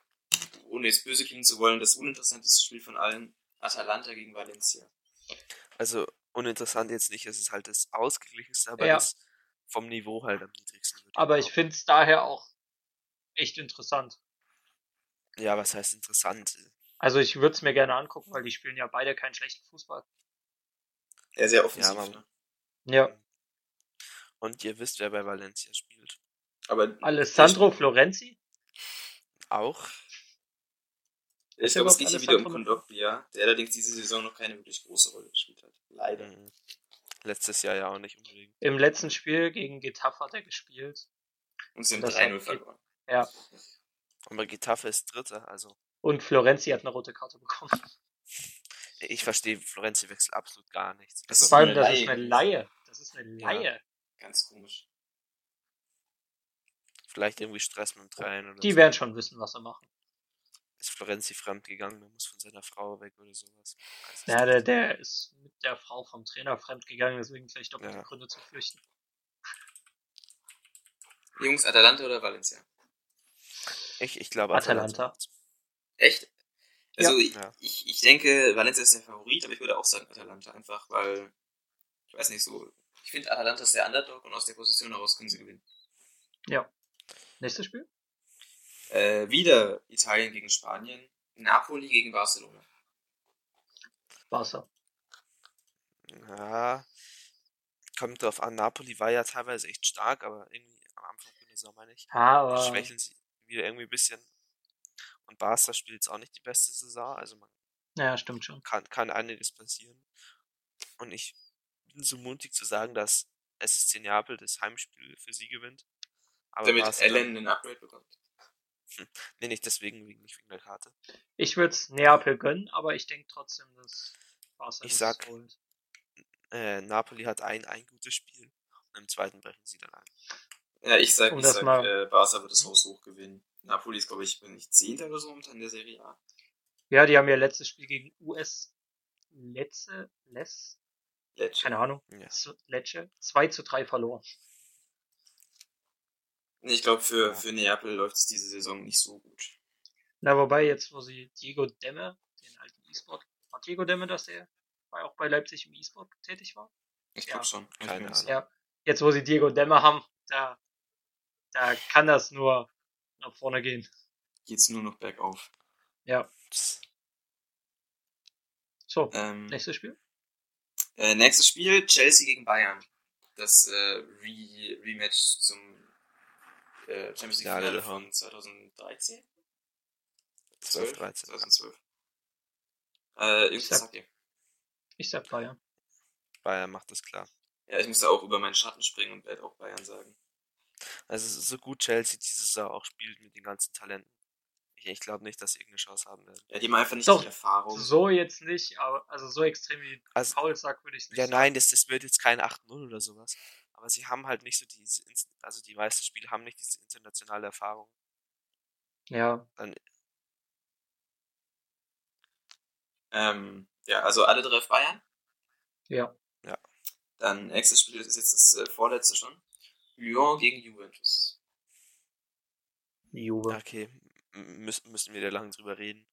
ohne jetzt böse klingen zu wollen, das uninteressanteste Spiel von allen. Atalanta gegen Valencia. Also uninteressant jetzt nicht, es ist halt das ausgeglichenste, aber Ja. das vom Niveau halt am niedrigsten. würde Aber ich behaupten. finde es daher auch echt interessant. Ja, was heißt interessant? Also ich würde es mir gerne angucken, weil die spielen ja beide keinen schlechten Fußball. Ja, sehr offensiv. Ja, man- ne? Ja. Und ihr wisst, wer bei Valencia spielt. Also, Aber Alessandro Florenzi? Auch. ich, ich der glaube, es überhaupt geht hier wieder Alessandro um Kondogbia, der allerdings diese Saison noch keine wirklich große Rolle gespielt hat. Leider. Mhm. Letztes Jahr ja auch nicht unbedingt. Im letzten Spiel gegen Getafe hat er gespielt. Und sie haben Das 3-0 hat- verloren. Aber Getafe ist Dritter, also Und Florenzi hat eine rote Karte bekommen. ich verstehe Florenzi-Wechsel absolut gar nichts. Das Also, Vor allem, eine das Laie ist eine gewesen. Laie. Das ist eine Ja. Laie. Ganz komisch. vielleicht irgendwie Stress mit dem Trainer oder Die so. werden schon wissen, was sie machen. Ist Florenzi fremdgegangen, er muss von seiner Frau weg oder sowas. Weiß ich Ja, nicht. der, der ist mit der Frau vom Trainer fremdgegangen, deswegen vielleicht doppelte Ja. Gründe zu flüchten. Jungs, Atalanta oder Valencia? Ich, ich glaube Atalanta. Echt? Also ich, Ja. ich, ich denke, Valencia ist der Favorit, aber ich würde auch sagen Atalanta einfach, weil ich weiß nicht so. Ich finde Atalanta ist der Underdog und aus der Position heraus können sie gewinnen. Nächstes Spiel? Äh, wieder Italien gegen Spanien, Napoli gegen Barcelona. Barca. Ja, kommt drauf an. Napoli war ja teilweise echt stark, aber irgendwie am Anfang der Saison meine ich, Ja, aber schwächeln sie wieder irgendwie ein bisschen. Und Barca spielt jetzt auch nicht die beste Saison, also man ja, stimmt schon. kann, kann einiges passieren. Und ich bin so mutig zu sagen, dass SSC Neapel das Heimspiel für sie gewinnt. Aber Damit Barca dann- Allen einen Upgrade bekommt. nee, nicht deswegen, wegen, nicht wegen der Karte. Ich würde es Neapel gönnen, aber ich denke trotzdem, dass Barca Ich das sag- holt. Äh, Napoli hat ein, ein gutes Spiel und im zweiten brechen sie dann ein. Ja, ich sag, Um ich das sag mal- hm. äh, Barca wird das Haus hoch gewinnen. Napoli ist, glaube ich, bin ich Zehnter oder so momentan in der Serie A. Ja, die haben ja letztes Spiel gegen US Letze, Les, Lecce. keine Ahnung, Ja. Z- Lecce, 2 zu 3 verloren. Nee, ich glaube, für, Ja. für Neapel läuft es diese Saison nicht so gut. Na, wobei, jetzt, wo sie Diego Demme, den alten E-Sport, war Diego Demme, dass der war auch bei Leipzig im E-Sport tätig war? Ich Ja. glaube schon. Keine Ich bin mir Ahnung. Ja. Jetzt, wo sie Diego Demme haben, da, da kann das nur nach vorne gehen. sicher. Geht's nur noch bergauf. So, Ähm, Mhm. nächstes Spiel? Äh, nächstes Spiel, Chelsea gegen Bayern. Das äh, Re Rematch zum äh, Champions League Finale Finale der von 2013? 12, 13. 2012. Äh, Ich irgendwas sag- sagt ihr. Ich sag Bayern. Bayern macht das klar. Ja, ich musste auch über meinen Schatten springen und werde auch Bayern sagen. Also es ist so gut Chelsea diese Saison auch spielt mit den ganzen Talenten. Ich, ich glaube nicht, dass sie irgendeine Chance haben werden. Ja, die haben einfach nicht Doch. die Erfahrung. So jetzt nicht, aber also so extrem wie Oh. Also- Paul sagt, würde ich nicht Ja, sagen. nein, das, das wird jetzt kein 8-0 oder sowas. Aber sie haben halt nicht so diese, ins- also die meisten Spiele haben nicht diese internationale Erfahrung. Ja, Ähm, ja, also alle drei auf Bayern. Ja. Ja. Dann nächstes Spiel das ist jetzt das äh, vorletzte schon. Lyon gegen Juventus. Juve. Okay, m- müssen, müssen wir da lang drüber reden.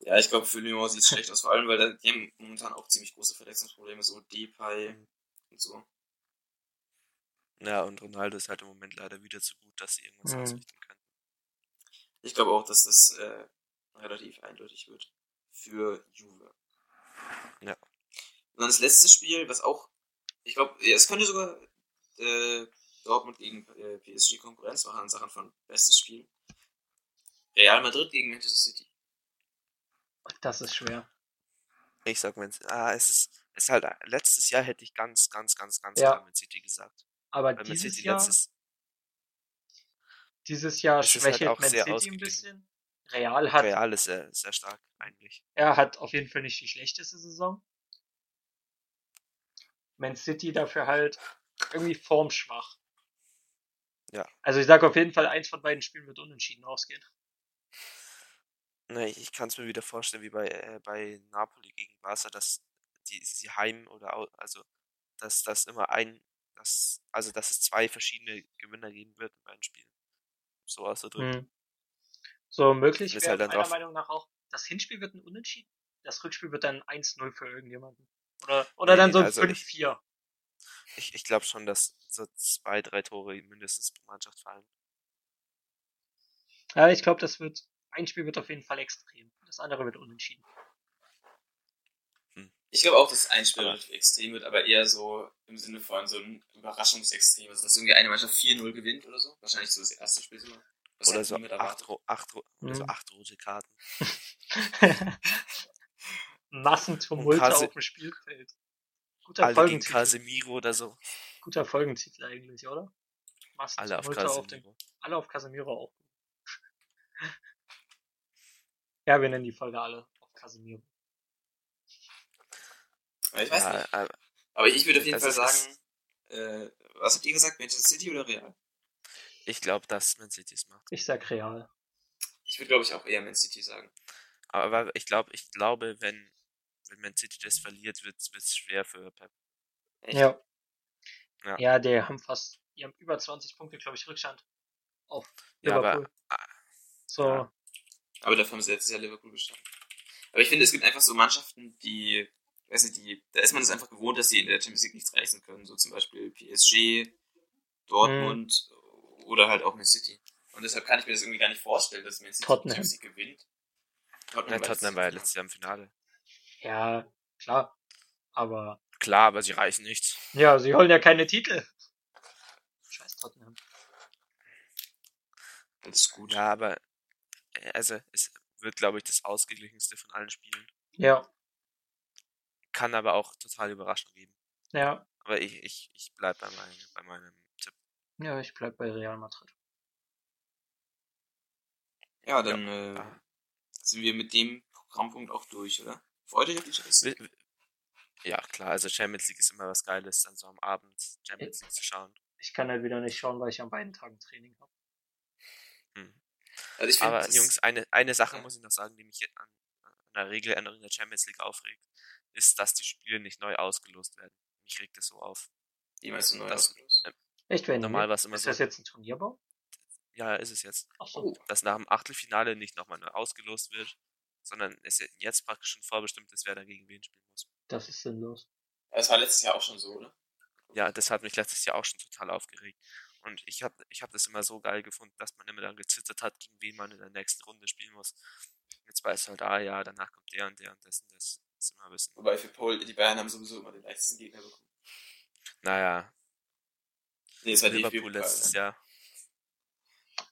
Ja, ich glaube, für Lyon sieht es schlecht aus, vor allem, weil da- die haben momentan auch ziemlich große Verletzungsprobleme, so Depay Mhm. und so. Ja, und Ronaldo ist halt im Moment leider wieder zu gut, dass sie irgendwas Mhm. ausrichten können. Ich glaube auch, dass das äh, relativ eindeutig wird für Juve. Ja. Und dann das letzte Spiel, was auch, ich glaube, ja, es könnte sogar äh, Dortmund gegen äh, PSG Konkurrenz machen in Sachen von bestes Spiel. Real Madrid gegen Manchester City. Das ist schwer. Ich sag mal, ah, es ist, es ist halt, letztes Jahr hätte ich ganz, ganz, ganz, ganz Ja. klar Man City gesagt. Aber Weil Man dieses City Jahr, letztes, dieses Jahr es ist halt schwächelt auch Man sehr City ein ausgeglichen. bisschen. Real hat, Real ist sehr, sehr stark eigentlich. er hat auf jeden Fall nicht die schlechteste Saison. Man City dafür halt irgendwie formschwach. Ja. Also ich sage auf jeden Fall, eins von beiden Spielen wird unentschieden ausgehen. Ne, ich, ich kann es mir wieder vorstellen, wie bei, äh, bei Napoli gegen Barca, dass die, sie heim oder au, also dass das immer ein, dass, also dass es zwei verschiedene Gewinner geben wird in beiden Spielen. So auszudrücken. Mhm. Hm. So möglich Ist wäre halt Mhm. dann meiner drauf- Meinung nach auch, das Hinspiel wird ein Unentschieden, das Rückspiel wird dann 1-0 für irgendjemanden. Oder, oder Nee, dann so ein also ich- 5-4. Ich, ich glaube schon, dass so zwei, drei Tore mindestens pro Mannschaft fallen. Ja, ich glaube, das wird, ein Spiel wird auf jeden Fall extrem. Das andere wird unentschieden. Ich glaube auch, dass ein Spiel Aber- relativ extrem wird, aber eher so im Sinne von so ein Überraschungsextrem. Also, dass irgendwie eine Mannschaft 4-0 gewinnt oder so. Wahrscheinlich so das erste Spiel sogar. Was Oder halt so niemand acht, erwartet. ro- acht, ro- oder so Mhm. acht rote Karten. Massentumulte Und Kasi- auf dem Spielfeld. Guter Alle gegen Folgentitel. Casemiro oder so. Guter Folgentitel eigentlich, oder? Alle auf Massentumulte auf, dem, Casemiro. alle auf Casemiro auch. ja, wir nennen die Folge alle auf Casemiro. Aber Ich weiß Ja, nicht. äh, Aber ich würde auf jeden Also Fall es sagen, äh, was habt ihr gesagt? Manchester City oder Real? ich glaube, dass Man City es macht. Ich sag Real. Ich würde, glaube ich, auch eher Man City sagen. Aber ich glaube, ich glaube, wenn, wenn Man City das verliert, wird es schwer für Pep. Echt? Ja. Ja. ja. die haben fast, die haben über 20 Punkte, glaube ich, Rückstand. Ja, aber Liverpool. So, ja. Aber dafür haben sie letztes Jahr Liverpool gestanden. Aber ich finde, es gibt einfach so Mannschaften, die, weiß nicht, die, da ist man es einfach gewohnt, dass sie in der Champions League nichts reißen können. So zum Beispiel PSG, Dortmund oder halt auch Man City. Und deshalb kann ich mir das irgendwie gar nicht vorstellen, dass Man City die Tottenham. Champions League gewinnt. na, Tottenham war ja letztes letztes Jahr im Finale. ja, klar. Aber, Klar, aber sie reichen nicht. ja, sie holen ja keine Titel. Scheiß Tottenham. Jahr. Das ist gut. Ja, aber äh, also es wird, glaube ich, das ausgeglichenste von allen Spielen. Ja, Kann aber auch total Überraschung geben. ja, Aber ich, ich, ich bleibe bei meinem, bei meinem Tipp. ja, ich bleib bei Real Madrid. Ja, dann Äh, Ah. sind wir mit dem Programmpunkt auch durch, oder? Freut euch auf die Champions League? Wi- wi- Ja, klar, also Champions League ist immer was Geiles, dann so am Abend Champions League zu schauen. Ich kann halt wieder nicht schauen, weil ich an beiden Tagen Training habe. Also ich find, Hm. Aber das- Jungs, eine, eine Sache Ja. muss ich noch sagen, die mich hier an einer Regeländerung der Champions League aufregt, ist, dass die Spiele nicht neu ausgelost werden. Mich regt das so auf. Wie meinst du neu Das- ausgelost? Echt, wenn Normal nicht? war es immer Ist so. das jetzt ein Turnierbau? Ja, ist es jetzt. Ach so. Oh, Dass nach dem Achtelfinale nicht nochmal neu ausgelost wird, sondern es jetzt praktisch schon vorbestimmt ist, wer dann gegen wen spielen muss. Das ist sinnlos. das war letztes Jahr auch schon so, ne? oder? Ja, das hat mich letztes Jahr auch schon total aufgeregt. Und ich habe ich hab das immer so geil gefunden, dass man immer dann gezittert hat, gegen wen man in der nächsten Runde spielen muss. Jetzt weißt du halt, ah ja, danach kommt der und der und das und das. ist immer ein bisschen. Wobei für Paul, die Bayern haben sowieso immer den leichtesten Gegner bekommen. Naja, Nee, es war die ne? Liverpool letztes Jahr.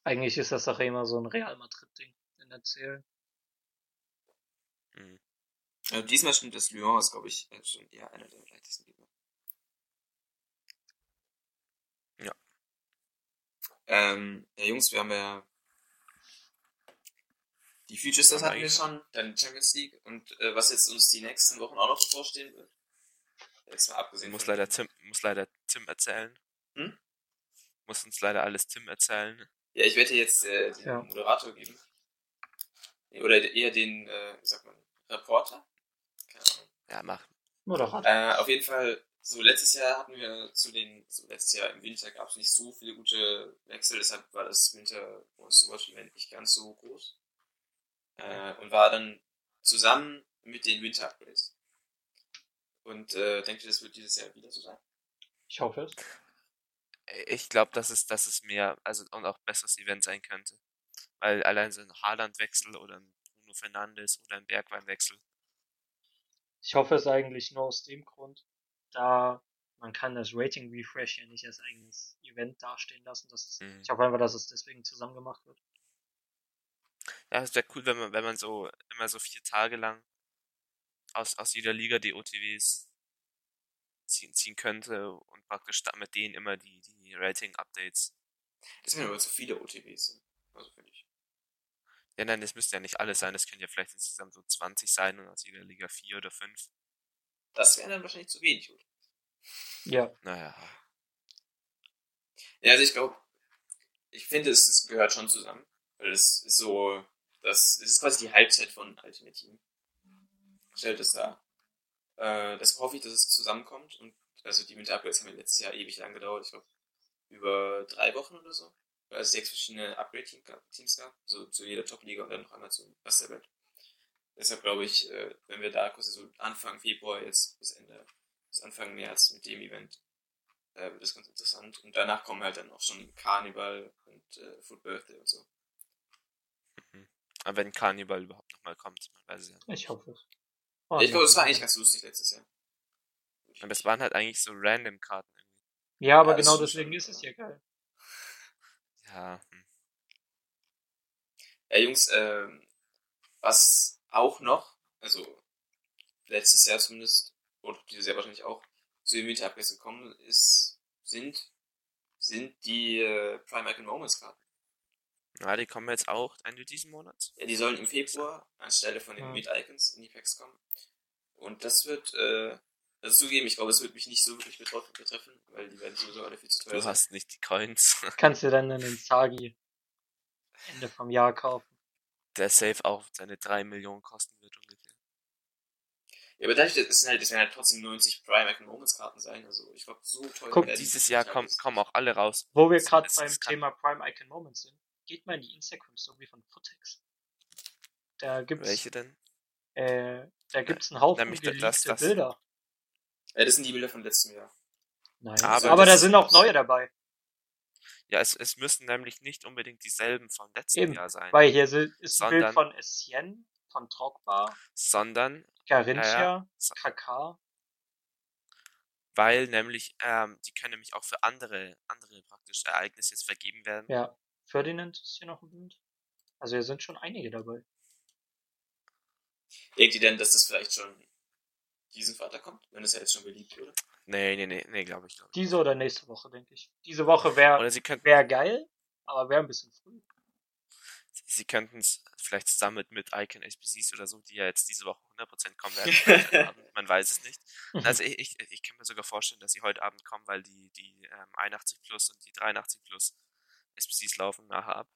Eigentlich ist das doch immer so ein Real Madrid-Ding in der CL. Mhm. Also diesmal stimmt das Lyon ist, glaube ich, äh, schon eher einer der leichtesten Gegner. Ja. Ähm, ja, Jungs, wir haben ja die Futures, Haben das wir hatten wir eigentlich- schon, dann Champions League und äh, was jetzt uns die nächsten Wochen auch noch bevorstehen wird. Jetzt mal abgesehen. Muss von- leider Tim, muss leider Tim erzählen. Hm? Muss uns leider alles Tim erzählen. Ja, ich werde jetzt äh, den Ja. Moderator geben. Nee, Oder eher den, äh, wie sagt man, Reporter? Keine Ahnung. Ja, mach. Moderator. Äh, auf jeden Fall, so letztes Jahr hatten wir zu den, so letztes Jahr im Winter gab es nicht so viele gute Wechsel, deshalb war das Winter bei uns zum Beispiel nicht ganz so groß. Äh, und war dann zusammen mit den Winter-Upgrades. Und äh, denkt ihr, das wird dieses Jahr wieder so sein? Ich hoffe es. Ich glaube, dass es, dass es mehr, also und auch besseres Event sein könnte. Weil allein so ein Haaland-Wechsel oder ein Bruno Fernandes oder ein Bergwein-Wechsel. Ich hoffe es eigentlich nur aus dem Grund, da man kann das Rating Refresh ja nicht als eigenes Event dastehen lassen. Das ist, Mhm. Ich hoffe einfach, dass es deswegen zusammen gemacht wird. Ja, es wäre cool, wenn man, wenn man so immer so vier Tage lang aus, aus jeder Liga die OTWs ziehen, ziehen könnte und praktisch da- mit denen immer die, die Rating-Updates. Das sind aber zu viele OTWs. Also finde ich. Ja, nein, das müsste ja nicht alles sein, das könnte ja vielleicht insgesamt so 20 sein und aus jeder Liga vier oder fünf. Das wären dann wahrscheinlich zu wenig, oder? Ja, Naja. Ja, also ich glaube, ich finde, es, es gehört schon zusammen. Weil es ist so, das, es ist quasi die Halbzeit von Alternativen. Stellt es da. Äh, das hoffe ich, dass es zusammenkommt. Und also die Winter-Upgrades haben ja letztes Jahr ewig lang gedauert. Ich glaube, über drei Wochen oder so. Weil es sechs verschiedene Upgrade-Teams gab, Teams gab. So zu jeder Top-Liga und dann noch einmal zu Wasserwelt. Deshalb glaube ich, äh, wenn wir da quasi so Anfang Februar jetzt bis Ende, bis Anfang März mit dem Event äh, wird das ganz interessant. Und danach kommen halt dann auch schon Carnival und äh, Food Birthday und so. Aber wenn Carnival überhaupt nochmal kommt, man weiß es ja. nicht. ich hoffe es. Oh, ich glaube, es war eigentlich ganz lustig letztes Jahr. Aber es waren halt eigentlich so random Karten. Ja, aber Ja, das genau ist deswegen schon- ist es ja geil. Ja, hm. Ja, Jungs, ähm, was auch noch, also letztes Jahr zumindest, oder dieses Jahr wahrscheinlich auch, zu den Winterupgrades gekommen ist, sind, sind die äh, Prime Icon Moments Karten. Na, die kommen jetzt auch Ende diesen Monats. Ja, die sollen im Februar anstelle von den Ja. Meet Icons in die Packs kommen. Und das wird, äh, also zugeben, ich glaube, es wird mich nicht so wirklich betroffen, betreffen, weil die werden sowieso alle viel zu teuer Du sein. hast nicht die Coins. Kannst du dann einen Sagi Ende vom Jahr kaufen. Der Safe auch seine 3 Millionen kosten wird ungefähr. Ja, aber dadurch, das, sind halt, das werden halt trotzdem 90 Prime Icon Moments Karten sein, also ich glaube, so teuer Guck, werden die Dieses nicht Jahr sein. kommen, kommen auch alle raus. Wo wir Das- gerade das- beim das kann- Thema Prime Icon Moments sind, geht mal in die Instagram-Story von Futex. Da gibt's, Welche denn? äh, da gibt's einen Haufen Nämlich da- geleakte das- das- Bilder. Ja, das sind die Bilder von letztem Jahr. Nein. Aber Aber, das da ist- sind auch neue dabei. Ja, es, es müssen nämlich nicht unbedingt dieselben vom letzten Eben, Jahr sein, Weil hier si- ist ein Bild Sondern- von Essien, von Drogba, sondern Carinthia, Ja, ja. So- Kaká. weil nämlich ähm, die können nämlich auch für andere andere praktisch Ereignisse jetzt vergeben werden. Ja, Ferdinand ist hier noch ein Bild. Also hier sind schon einige dabei. Denkt ihr denn, dass das vielleicht schon diesen Vater kommt? Wenn das ja jetzt schon beliebt wurde? Nee, nee, nee, nee, glaube ich, glaube ich. Diese oder nächste Woche, denke ich. Diese Woche wäre Oder sie könnten wär geil, aber wäre ein bisschen früh. sie könnten es vielleicht zusammen mit, mit Icon SBCs oder so, die ja jetzt diese Woche 100% kommen werden, heute Abend, man weiß es nicht. Mhm. Also ich, ich, ich kann mir sogar vorstellen, dass sie heute Abend kommen, weil die, die ähm, 81 Plus und die 83 Plus SBCs laufen nachher ab.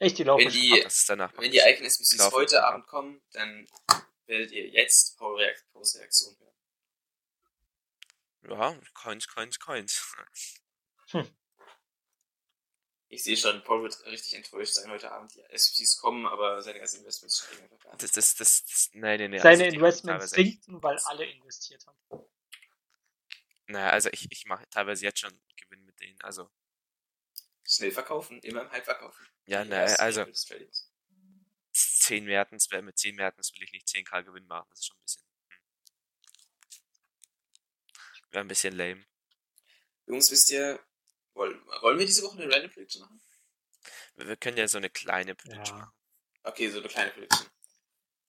Echt, die laufen Wenn die- Aber das ist danach. Wenn die Icon SBCs Laufen. heute Abend kommen, dann werdet ihr jetzt Paul Reakt- Pauls Reaktion hören. Ja, Coins, Coins, Coins. Ich sehe schon, Paul wird richtig enttäuscht sein heute Abend. Die SPCs kommen, aber seine ganzen Investments steigen einfach gar nicht. Das, das, das, das, nee, nee, nee. also Seine die haben Investments teilweise echt- sinken, weil alle investiert haben. Naja, also ich, ich mache teilweise jetzt schon Gewinn mit denen. Also, Schnell verkaufen, immer im Hype verkaufen. ja, Die naja, ersten also Regel des Tradings. 10 Mertens, wer- mit 10 Mertens will ich nicht 10k Gewinn machen. Das ist schon ein bisschen. hm. Wäre ein bisschen lame. Jungs, wisst ihr, wollen, wollen wir diese Woche eine Random Prediction machen? Wir, wir können ja so eine kleine Prediction Ja. machen. Okay, so eine kleine Prediction.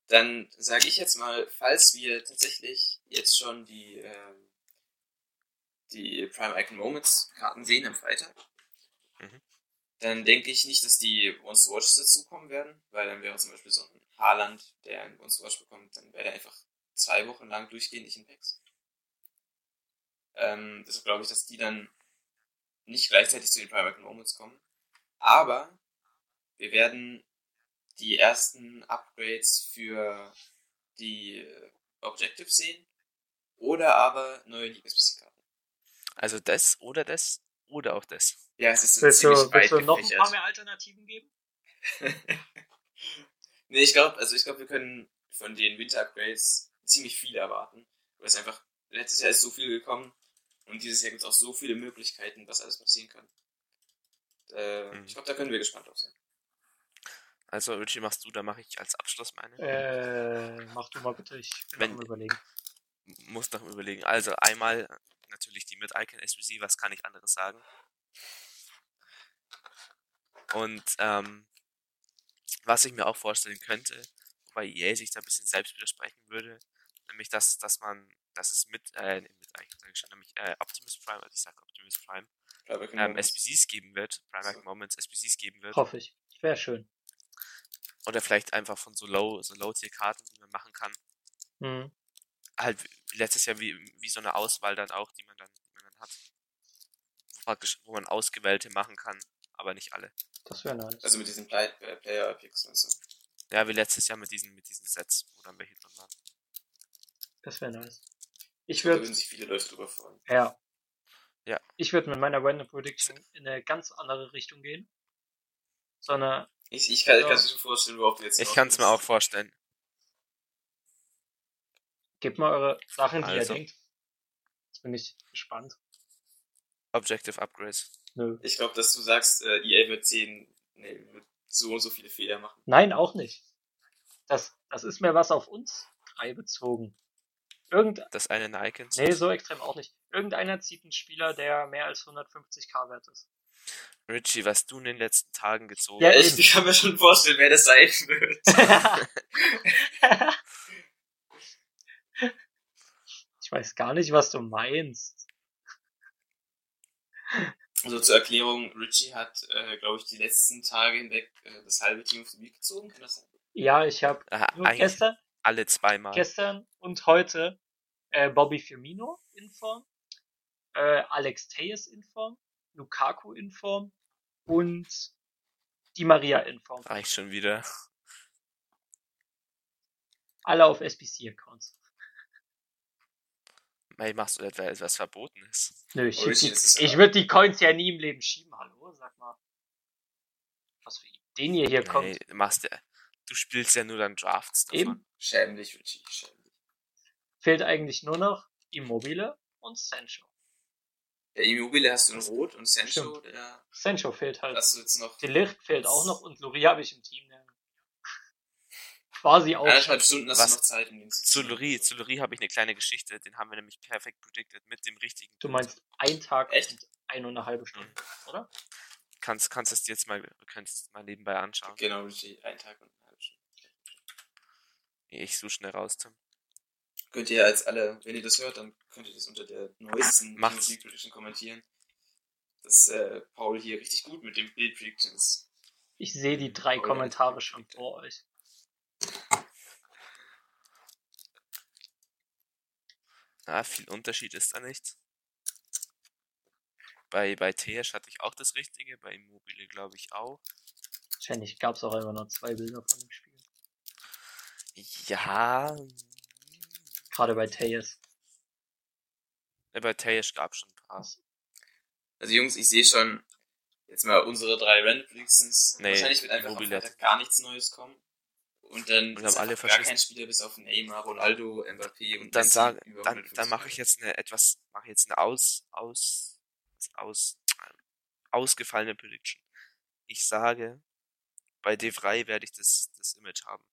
Dann sage ich jetzt mal, falls wir tatsächlich jetzt schon die, ähm, die Prime Icon Moments Karten sehen am Freitag, Mhm. dann denke ich nicht, dass die Once to Watch dazukommen werden, weil dann wäre zum Beispiel so ein Haaland, der ein Once to Watch bekommt, dann wäre der einfach zwei Wochen lang durchgehend nicht in Packs. Ähm, deshalb glaube ich, dass die dann nicht gleichzeitig zu den Prime Icon Moments kommen. Aber wir werden die ersten Upgrades für die äh, Objectives sehen oder aber neue Liebesmusikkarten. Also das oder das oder auch das. Ja, es ist Willst du, ziemlich weit willst du noch ein gefächert. paar mehr Alternativen geben? nee, ich glaube, also ich glaube, wir können von den Winter-Upgrades ziemlich viel erwarten. Weil es einfach, letztes Jahr ist so viel gekommen und dieses Jahr gibt es auch so viele Möglichkeiten, was alles passieren kann. Äh, Mhm. Ich glaube, da können wir gespannt drauf sein. Also Richie machst du, da mache ich als Abschluss meine. Äh, mach du mal bitte, ich bin Wenn- noch am überlegen. Muss noch überlegen. Also einmal natürlich die mit Icon SBC, was kann ich anderes sagen? Und ähm, was ich mir auch vorstellen könnte, wobei EA sich da ein bisschen selbst widersprechen würde, nämlich dass, dass man, dass es mit, äh, nee, mit Icon, sag ich schon, nämlich äh, Optimus Prime, also ich sag Optimus Prime, Ich glaub, wir können ähm, morgen- SBCs geben wird, Prime So. Icon Moments SBCs geben wird. Hoffe ich. Wäre schön. Oder vielleicht einfach von so Low, so Low-Tier-Karten, die man machen kann. Mhm. Halt wie- letztes Jahr wie, wie so eine Auswahl dann auch, die man dann, die man dann hat. Praktisch, wo man ausgewählte machen kann, aber nicht alle. Das wäre nice. also mit diesen Play äh, Player-Picks und so. Ja, wie letztes Jahr mit diesen, mit diesen Sets, wo dann welche drin waren. das wäre nice. Ich Ich glaube, da würde, würden sich viele Leute drüber freuen. ja. Ja. Ich würde mit meiner Random Prediction in eine ganz andere Richtung gehen. Sondern, Ich, ich kann es Ja. mir schon vorstellen, worauf du jetzt Ich hinaus kann es mir willst. auch vorstellen. gebt mal eure Sachen, die Also. ihr denkt. Jetzt bin ich gespannt. Objective Upgrades. Nö. Ich glaube, dass du sagst, äh, EA wird 10, nee, wird so und so viele Fehler machen. Nein, auch nicht. Das, das ist mehr was auf uns drei bezogen. Irgend, Das eine in Icons. nee, so extrem auch nicht. Irgendeiner zieht einen Spieler, der mehr als 150k wert ist. Richie, was du in den letzten Tagen gezogen Ja, hast. ich- Ich, ich kann mir schon vorstellen, wer das sein wird. ich weiß gar nicht, was du meinst. Also zur Erklärung, Richie hat, äh, glaube ich, die letzten Tage hinweg äh, das halbe Team auf den Weg gezogen. Kann das sein? Ja, ich habe Aha, nur Ah, eigentlich gestern, alle zweimal. gestern und heute äh, Bobby Firmino in Form, äh, Alex Tejes in Form, Lukaku in Form und Di Maria in Form. Reicht schon wieder. Alle auf SBC-Accounts. Ey, machst du etwa etwas Verbotenes? Nö, ich, Oh, Richie, das ist- ich würde die Coins ja nie im Leben schieben. Hallo, sag mal. Was für Ideen ihr hier kommt. Nee, machst du, du spielst ja nur dann Drafts davon. Eben. Schämlich, Richie, schämlich. fehlt eigentlich nur noch Immobile und Sancho. Der Immobile hast du in Rot und Sancho, der Sancho fehlt Also, halt. hast du jetzt noch. Delicht fehlt auch noch und Luria habe ich im Team. Ne? Quasi auch. Eineinhalb Stunden hast Was? du noch Zeit, um den zu Zu Lurie, zu Lurie habe ich eine kleine Geschichte, den haben wir nämlich perfekt predicted mit dem richtigen. Du Bild. meinst ein Tag Echt? Hm. und eine und eine halbe Stunde, oder? Kannst, kannst es dir jetzt mal, kannst es mal nebenbei anschauen. Genau, Richie, einen Tag und eine halbe Stunde. Ich suche schnell raus, Tim. Könnt ihr als alle, wenn ihr das hört, dann könnt ihr das unter der neuesten Macht's. Team Prediction kommentieren. Dass äh, Paul hier richtig gut mit dem Bild Prediction ist. Ich sehe die drei Oh, ja. Kommentare schon vor euch. Ah, viel Unterschied ist da nicht. Bei, bei Teesch hatte ich auch das Richtige, bei Immobile glaube ich auch. Wahrscheinlich gab es auch immer noch zwei Bilder von dem Spiel. Ja, Gerade bei Tejas. äh, bei Teesch gab es schon ein paar. Also Jungs, ich sehe schon jetzt mal unsere drei Randflixens. Nee, Wahrscheinlich wird einfach Mobile am Freitag gar nichts Neues kommen. Und dann Und ist haben alle einfach gar kein verschissen. Spieler bis auf Neymar, Ronaldo, Mbappé und dann Messi sag, über dann, dann 150. mache ich jetzt eine etwas, mache jetzt eine aus, aus, aus, ausgefallene Prediction. Ich sage, bei De Vrij werde ich das, das Image haben.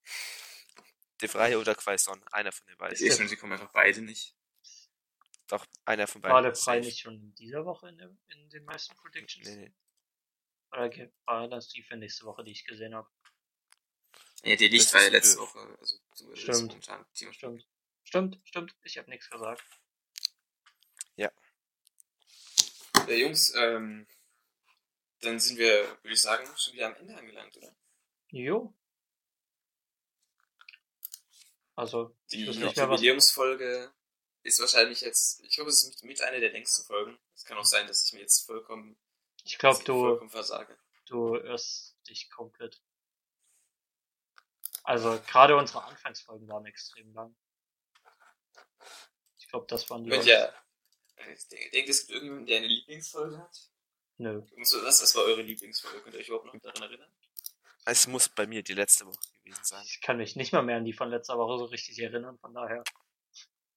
De Vrij oder Quaison, einer von den Ich beiden. sehe schon, sie kommen einfach beide nicht. Doch, einer von beiden. War der ist Frei safe. nicht schon in dieser Woche in, der- in den meisten Predictions? Nee, nee. Oder ge- war das die für nächste Woche, die ich gesehen habe? Ja, die Das Licht war ja ist letzte blöd. Woche, also zum Beispiel Stimmt. das momentan Team. Stimmt. Stimmt, stimmt. Ich habe nichts gesagt. Ja, Jungs, ähm, dann sind wir, würde ich sagen, schon wieder am Ende angelangt, oder? Jo. Also, Die wüsste nicht mehr, was- Jubiläumsfolge ist wahrscheinlich jetzt, ich glaube, es ist mit, mit einer der längsten Folgen. Es kann auch sein, dass ich mir jetzt vollkommen, ich glaube, du, vollkommen versage. du irrst dich komplett. Also, gerade unsere Anfangsfolgen waren extrem lang. Ich glaube, das waren die. Könnt ja, ich denke, denkt, es gibt irgendjemanden, der eine Lieblingsfolge hat? Nö. Und so, was, was war eure Lieblingsfolge? Könnt ihr euch überhaupt noch daran erinnern? Es muss bei mir die letzte Woche gewesen sein. Ich kann mich nicht mal mehr an die von letzter Woche so richtig erinnern, von daher.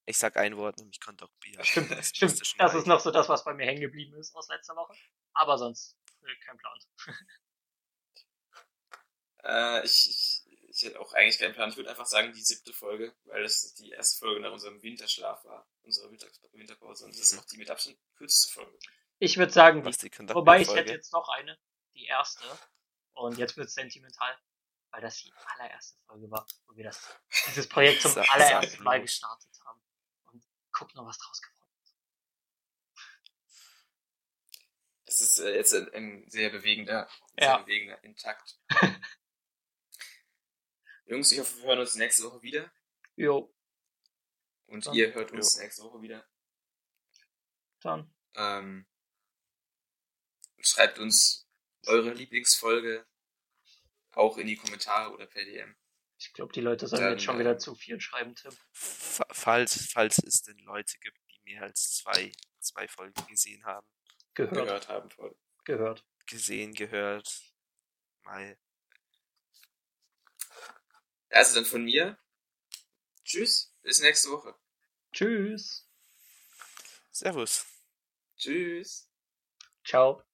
Ich sag ein Wort, nämlich Kondoc Bier. Stimmt, Das stimmt. müsste schon Das ist reichen. noch so das, was bei mir hängen geblieben ist aus letzter Woche. Aber sonst, äh, kein Plan. Äh, ich, ich, ich hätte auch eigentlich keinen Plan. Ich würde einfach sagen, die siebte Folge, weil das die erste Folge nach unserem Winterschlaf war, unserer Winter Winterpause. Und das ist auch die mit Abstand kürzeste Folge. Ich würde sagen, die Was die Kondoc Wobei ich Bier-Folge? hätte jetzt noch eine, die erste. Und jetzt wird's sentimental, weil das die allererste Folge war, wo wir das, dieses Projekt zum Sag- allerersten sag Mal bloß. gestartet haben. Und guck noch, was draus geworden Das ist äh, jetzt ein, ein sehr bewegender, Ja. sehr bewegender Intakt. Jungs, ich hoffe, wir hören uns nächste Woche wieder. ist. Jo, Und Ja. ihr hört uns nächste Woche wieder. dann. Ähm, schreibt uns eure Lieblingsfolge auch in die Kommentare oder per DM. Ich glaube, die Leute sollen Dann, jetzt schon äh, wieder zu viel schreiben, Tim. Fa- Falls, falls es denn Leute gibt, die mehr als zwei, zwei Folgen gesehen haben. Gehört, Gehört haben wollen. gehört. Gesehen, gehört. Mal. Also dann von mir. Tschüss, bis nächste Woche. Tschüss. Servus. Tschüss. Ciao.